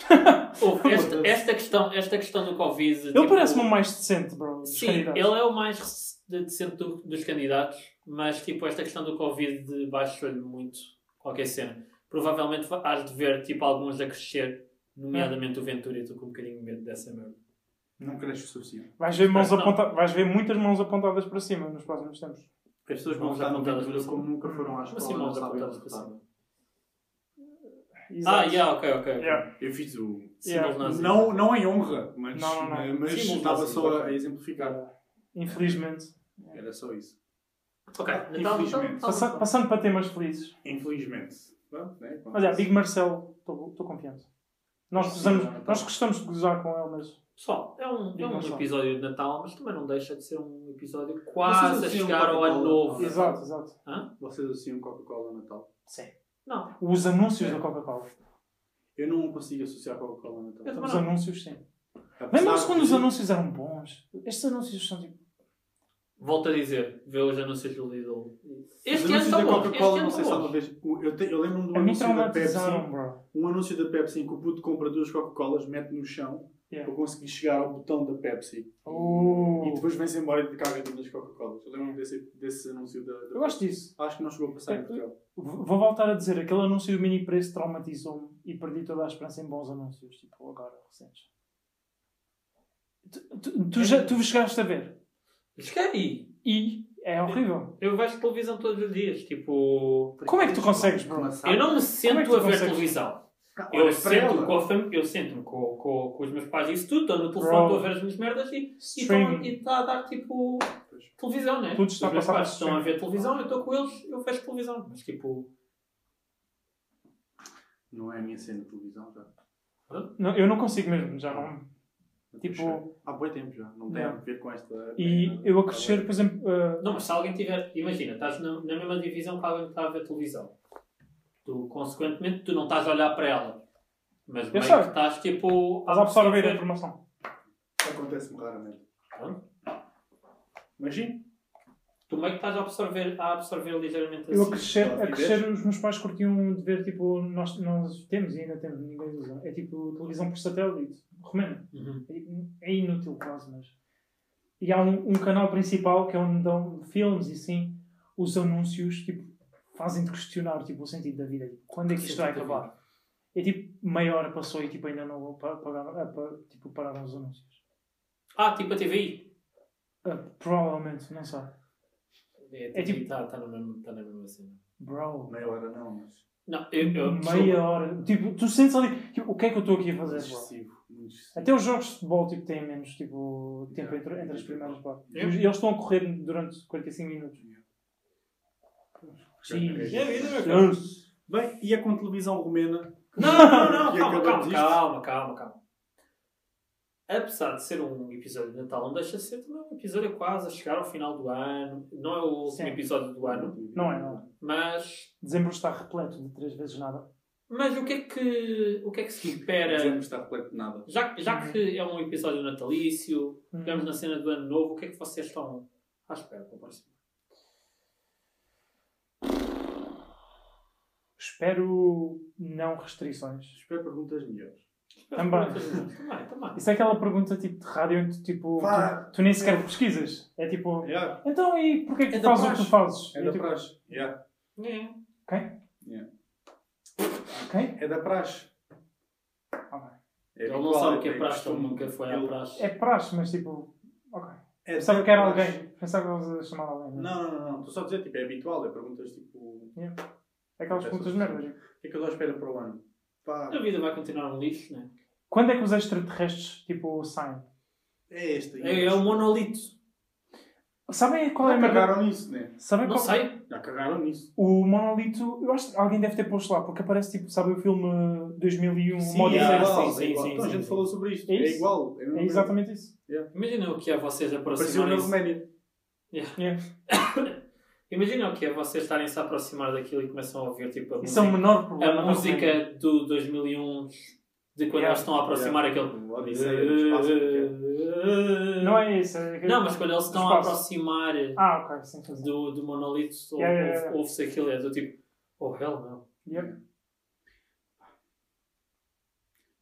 Ouve,
[laughs]
esta, esta questão, esta questão do Covid...
Ele
tipo,
parece-me o mais decente, bro. dos
Sim,
candidatos.
ele é o mais rec- decente do- dos candidatos, mas tipo, esta questão do Covid baixou-lhe muito qualquer cena. Provavelmente va- has de ver tipo, alguns a crescer, nomeadamente o Ventura, e estou com um bocadinho de medo dessa merda.
Não cresce o suficiente.
Vais ver, mãos
Espero que não.
aponta... Vais ver muitas mãos apontadas para cima nos próximos tempos.
As pessoas vão
Mãos
estar no
apontadas
Ventura
para
como
cima.
nunca foram à
Como assim,
escola. Não
mãos
sabem
apontadas para
votar.
cima? Ah, yeah, ok, ok. ok.
Yeah.
Eu fiz o.
Símbolos
Yeah.
nazis.
Não, não em honra, mas, eh,
Não, não, não.
mas
Sim, mas
estava
assim,
só a
ok.
exemplificar.
Ah, Infelizmente.
Era só isso.
Ok, Natal,
Infelizmente.
Natal,
Passa-
Natal.
Passando para temas felizes.
Infelizmente. Pronto, né?
Mas é, Big Marcel, estou confiante. Nós,
Sim,
gozamos,
não, tá.
nós gostamos de gozar com ele, mas.
Pessoal, é um, é
Diga
um
só.
episódio de Natal, mas também não deixa de ser um episódio quase a
associam
chegar ao ano
Coca-Cola?
novo.
Exato.
Exato, exato.
Hã?
Vocês associam Coca-Cola ao Natal?
Sim.
Não,
Os anúncios da Coca-Cola.
Eu não consigo associar Coca-Cola ao
Eu
Natal.
também
Os
não.
anúncios, sim.
Apesar
Lembram-se quando
de-
os anúncios eram bons? Estes anúncios são tipo.
Volto a dizer, vê os anúncios do Lidl.
Os
Este ano
anúncios
são
da
bons, este
Coca-Cola, não
ano é
sei
são
se alguma
bons.
vez. o- Eu, te- eu lembro-me de um
A mim
anúncio da Pepsi.
traumatizaram, bro.
Um anúncio da Pepsi em que o puto compra duas Coca-Colas, mete no chão
Yeah.
para conseguir chegar ao botão da Pepsi.
Oh.
E depois vem-se embora e caga tudo nas Coca-Colas. Eu lembro-me desse, desse anúncio da, da
Eu gosto disso.
Acho que não chegou a passar em Portugal.
V- Vou voltar a dizer, aquele anúncio do mini preço traumatizou-me e perdi toda a esperança em bons anúncios, tipo agora, recentes. Tu, tu, tu já, tu chegaste a ver
Cheguei!
e é horrível.
Eu vejo televisão todos os dias, tipo...
Como é que tu consegues, bro?
Uma sala.
Eu não
Como
me
é que
sento
tu
a ver
consegues?
televisão. Eu
Olhas para
sento-me
ela.
com a fam- eu sento-me com, com, com os meus pais e isso tudo, estou no telefone,
Bro.
estou a ver as minhas merdas e
Streaming.
está a dar tipo
Pois.
televisão, né?
Tudo está
os meus
a passar
pais
por
estão a ver
streaming.
televisão, eu estou com eles, eu vejo televisão. Mas tipo,
Não é a minha cena de televisão já.
Não, eu não consigo mesmo, já não. Tipo,
Há bom tempo já. Não tem a ver com esta.
e eu a crescer, por exemplo, eh,
não, mas se alguém tiver, imagina, estás na, na mesma divisão que alguém que está a ver televisão. Tu, consequentemente, tu não estás a olhar para ela. Mas meio
sei.
que estás tipo.
estás a absorver a informação.
Acontece-me raramente.
Pronto.
Mas sim.
Tu meio que estás a absorver, a absorver ligeiramente
Eu a
assim.
crescer,
claro,
a crescer os meus pais curtiam de ver, tipo, nós, nós temos e ainda temos, ninguém usa. É tipo televisão por satélite, romena.
Uhum.
é inútil quase, mas. E há um, um canal principal que é onde dão filmes e sim, os anúncios tipo, fazem-te questionar tipo, o sentido da vida. Tipo, quando é que isto vai
Sentido da
acabar? É tipo, meia hora passou e tipo, ainda não pa- pagaram, ah, pa- tipo, pararam os anúncios.
Ah, tipo a TVI.
Ah, provavelmente, não sei.
É,
É
tipo,
tipo-
está na mesma tá na mesma cena.
Bro.
Meia hora não, mas.
Não, eu, eu
meia hora. Tipo, tu sentes ali. Tipo, o que é que eu estou aqui a fazer? bro?
Excessivo. Muito excessivo.
Até os jogos de futebol tipo, têm menos tipo, tempo
Yeah.
entre, entre as primeiras partes.
Yeah.
Eles estão a correr durante 45 minutos. Sim.
É a vida, meu caro.
Yes.
Bem, e é com televisão romena?
[laughs]
Não, não, não,
E
calma,
acabamos
calma,
isto?
calma, calma, calma. Apesar de ser um episódio de Natal, não deixa de ser também um episódio quase a chegar ao final do ano. Não é o último
Sim.
episódio do ano,
Não é, não é.
mas.
Dezembro está repleto de três vezes nada.
Mas o que é que, o que, é que se
Dezembro
espera?
está repleto de nada.
Já, que-
Uhum.
já que é um episódio natalício, estamos
um-
Hum.
na cena do ano novo, o que é que vocês estão à espera para o próximo?
Espero não restrições.
Espero perguntas melhores.
Também.
Também, também.
Isso é aquela pergunta tipo de rádio em que tu, tipo,
Vá.
tu, tu nem sequer pesquisas. É tipo,
Yeah.
então e porquê que
É
tu
da
fazes o que
praxe.
tu fazes?
É
E
da
tipo,
praxe. Yeah.
É.
Quem?
Yeah.
Quem?
É da praxe.
Ah, bem.
É
Ele não
habitual,
sabe o que é
bem
praxe, ele
costume.
nunca foi à
Ele-
praxe.
É praxe, mas tipo, ok.
É
Pensava
da
que era
praxe.
alguém. Pensava que estavas a chamar alguém. né? mas-
Não, não, não, não. Estou só a dizer, tipo, é habitual. É perguntas tipo. O
É Aquelas perguntas de merda. tipo,
que é que eu estou à espera para o ano? Pá.
A vida vai continuar um lixo, né?
Quando é que os extraterrestres tipo saem?
É este.
é? É o monolito.
Sabem qual é a
Já
merda?
cagaram nisso, né?
Sabem
Não
qual...
sei.
Já cagaram nisso.
O monolito, eu acho que alguém deve ter posto lá, porque aparece tipo, sabe o filme 2001,
Sim,
Modo
É
yeah,
Zero?
igual,
sim,
é
sim,
igual.
sim,
Então a
sim,
gente
sim.
falou sobre isto.
É
É,
isso?
igual.
É exatamente isso.
Imagina o que é vocês
um
Pareceu na
aproximarem-se.
Roménia.
Yeah.
Imagina o que é vocês estarem-se a aproximar daquilo e começam a ouvir tipo a
Isso é o
música,
menor
a
problema.
música do 2001
né?
de quando
Yeah.
eles estão a aproximar
Yeah.
aquele.
Uma odisseia no espaço, porque
Não é isso. É que-
Não, mas quando eles estão a
Espaço.
aproximar
Ah, ok, sem fazer.
do, do monolito, ou-
Yeah, yeah,
ou-
yeah.
ouve-se aquilo e é do tipo, oh hell não.
Yep.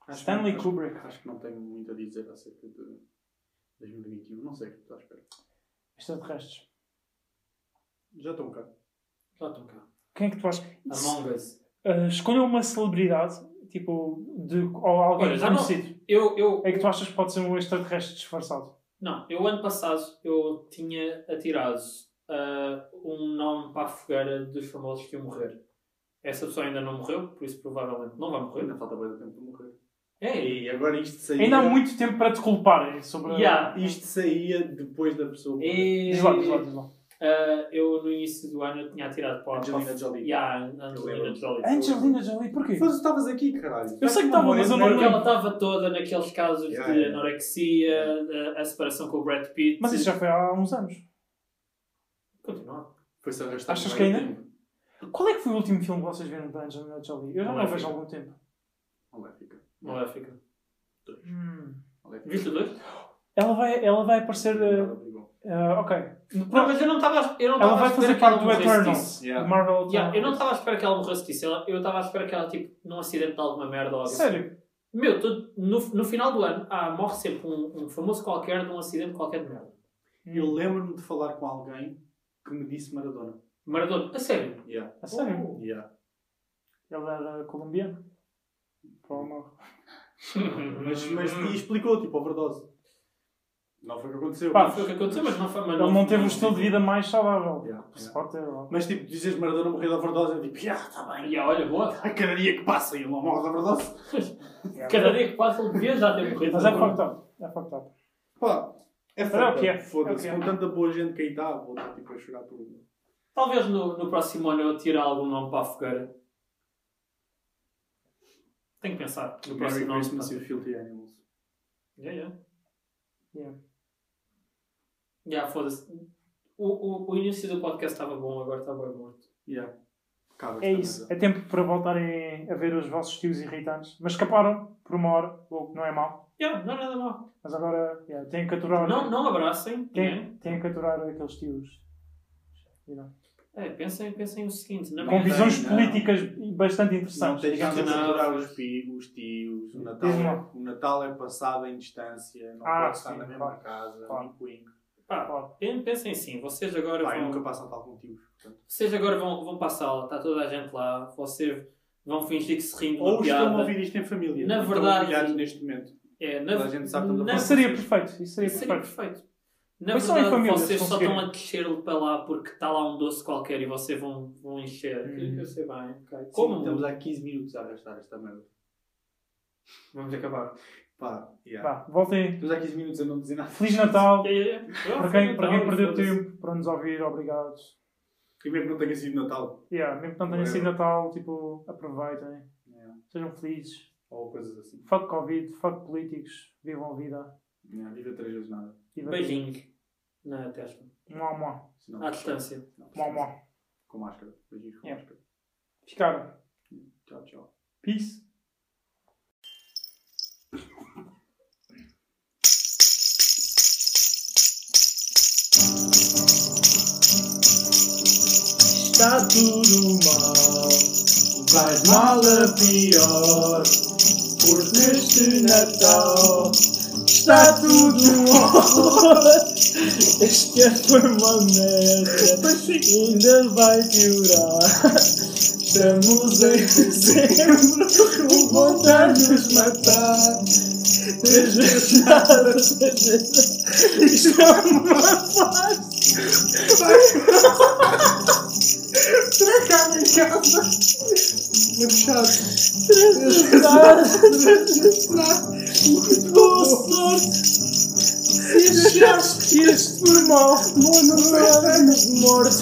Acho
Stanley
que- acho-
Kubrick.
Acho que não tenho muito a dizer acerca de 2021. Não sei o que estou à espera.
Extraterrestres.
Já estou um bocado.
Já estão cá.
Quem é que tu achas?
Tá Among Us.
Uh, escolha uma celebridade, tipo, de, ou alguém
Olha, já não-
conhecido.
Eu, eu,
É que tu achas que pode ser um extraterrestre disfarçado?
Não, eu ano passado eu tinha atirado ah, um nome para a fogueira dos famosos que iam morrer. Essa pessoa ainda não morreu, por isso provavelmente não vai morrer.
Ainda falta bem tempo para morrer.
É,
E agora isto saía.
Ainda há muito tempo para te culpar sobre.
Yeah.
Isto saía depois da pessoa. morrer.
e,
Diz lá, diz lá, diz lá.
ah, eu no início do ano eu tinha atirado para
Angelina
para...
Jolie.
Yeah, Angelina
lembro.
Jolie.
é Angelina Jolie, porquê?
Mas estavas aqui, caralho. Tá
Eu sei que estava, mas eu não
Porque
lembro.
ela estava toda naqueles casos
Yeah,
de
yeah.
anorexia, a, a separação com o Brad Pitt.
Mas isso já foi há uns anos.
Continua.
Foi-se arrastar.
Achas
no
que
meio
ainda?
tempo.
Qual é que foi o último filme que vocês viram da Angelina Jolie? Eu já não é a vejo há algum tempo.
Maléfica.
Maléfica. Hum.
Maléfica.
é Viste o dois?
Ela, vai, ela vai aparecer.
Nada
uh,
brigou.
uh, ok. No
Não,
próximo-
mas eu não estava eu não
ela
estava à
vai
espera
fazer
que
parte
ela
do
morresse
Eternals.
disso.
Yeah.
do Marvel
Yeah, eu não
Eternals.
estava à espera que ela morresse disso. Ela- Eu estava à espera que ela, tipo, num acidente de alguma merda ou algo assim.
Sério?
Meu, tu- no, no final do ano, ah, morre sempre um, um famoso qualquer de um acidente qualquer de merda.
Hum.
Eu lembro-me de falar com alguém que me disse Maradona.
Maradona, a sério.
Yeah.
A sério?
Oh.
Yeah.
Ele era colombiano? Para o amor.
Uhum.
Hum,
Mas, mas e explicou, tipo, overdose. Não foi o que aconteceu.
Pá,
mas-
Foi o que aconteceu, mas não foi. Mas
Ele não teve um estilo de vida mais saudável.
Yeah,
O
yeah.
Sport é lá.
Mas tipo, dizes Maradona morreu de overdose, eu digo, yeah, tá bem.
E ah, olha, boa.
A cada dia que passa ele não morre de overdose.
Cada dia que passa, ele devia já
[laughs]
ter morrido.
Mas é fucked up. É fucked up.
Pá, é
Mas é o que é.
foda. Foda-se.
É o que
Com
é.
tanta boa gente que aí está, vou estar tipo a chorar por um.
Talvez no, no próximo ano eu tire algum nome para a fogueira. Tenho que pensar. No
Merry
próximo nome.
Christmas e o assim, Filthy Animals.
Yeah, yeah.
Yeah.
Yeah, foda-se. O, o, o início do podcast estava bom, agora está bem morto.
Yeah. Acaba
É
esta
isso.
merda.
É tempo para voltarem a ver os vossos tios irritantes. Mas escaparam por uma hora, o que não é mau.
Yeah, não é nada mal.
Mas agora yeah, têm que aturar.
Não, não abracem. né?
Têm, têm que aturar aqueles tios. You know?
É, pensem, pensem o seguinte. Na
Com
verdade-
visões
não.
políticas bastante
Não
interessantes.
tens
digamos
que
não.
assim.
censurar os pigos, os tios. O Natal,
Diz-me
é,
lá.
o Natal é passado em distância, não
Ah,
pode estar
sim,
na mesma
claro.
casa.
Claro.
Wink, wink.
Pá, pen- pensem sim, vocês agora
Pá, eu
vão.
nunca passo Natal com tios. portanto.
Vocês agora vão, vão para a sala, está toda a gente lá, vocês vão fingir que se riem de uma
Ou estão a
piada.
ouvir isto em família.
Na
estão
verdade-
humilhados neste momento.
É, na,
Toda a gente sabe que estamos a
na,
falar.
Isso seria perfeito. Isso seria
Isso seria
perfeito.
perfeito. Na
Mas só em
verdade,
família,
vocês
se
só estão a
conseguirem.
descer para lá porque está lá um doce qualquer e vocês vão, vão encher.
Hum.
Que- que Eu sei bem.
Como?
Como?
estamos há 15 minutos a arrastar esta merda.
Vamos acabar.
Pá, yeah.
Pá, voltem.
Estamos há 15 minutos a não dizer nada.
Feliz Natal.
É, é, é.
Para quem, para quem perdeu tempo, para nos ouvir, obrigado.
E mesmo que não tenha sido Natal.
Yeah, mesmo que não tenha
Whatever.
sido Natal, tipo, aproveitem.
Yeah.
Sejam felizes.
Ou coisas assim.
Fuck Covid, fuck políticos. Vivam a vida.
Yeah, Viva três vezes nada.
Viva
Beijinho na testa.
Mua, mua.
Senão-
À distância.
Não,
Mua, mua.
Com máscara. Beijinhos com
Yeah.
máscara.
Ficaram.
Tchau, tchau.
Peace.
Está tudo mal, vai de mal a pior, porque neste Natal está tudo horror. Este ano foi uma merda, ainda vai piorar. Estamos em dezembro, o bom está nos matar. Três vezes nada, três vezes nada. Isto é uma fase. Trancado em casa. Machado. Boa sorte. Se achaste que este foi mal, bom não era de morte.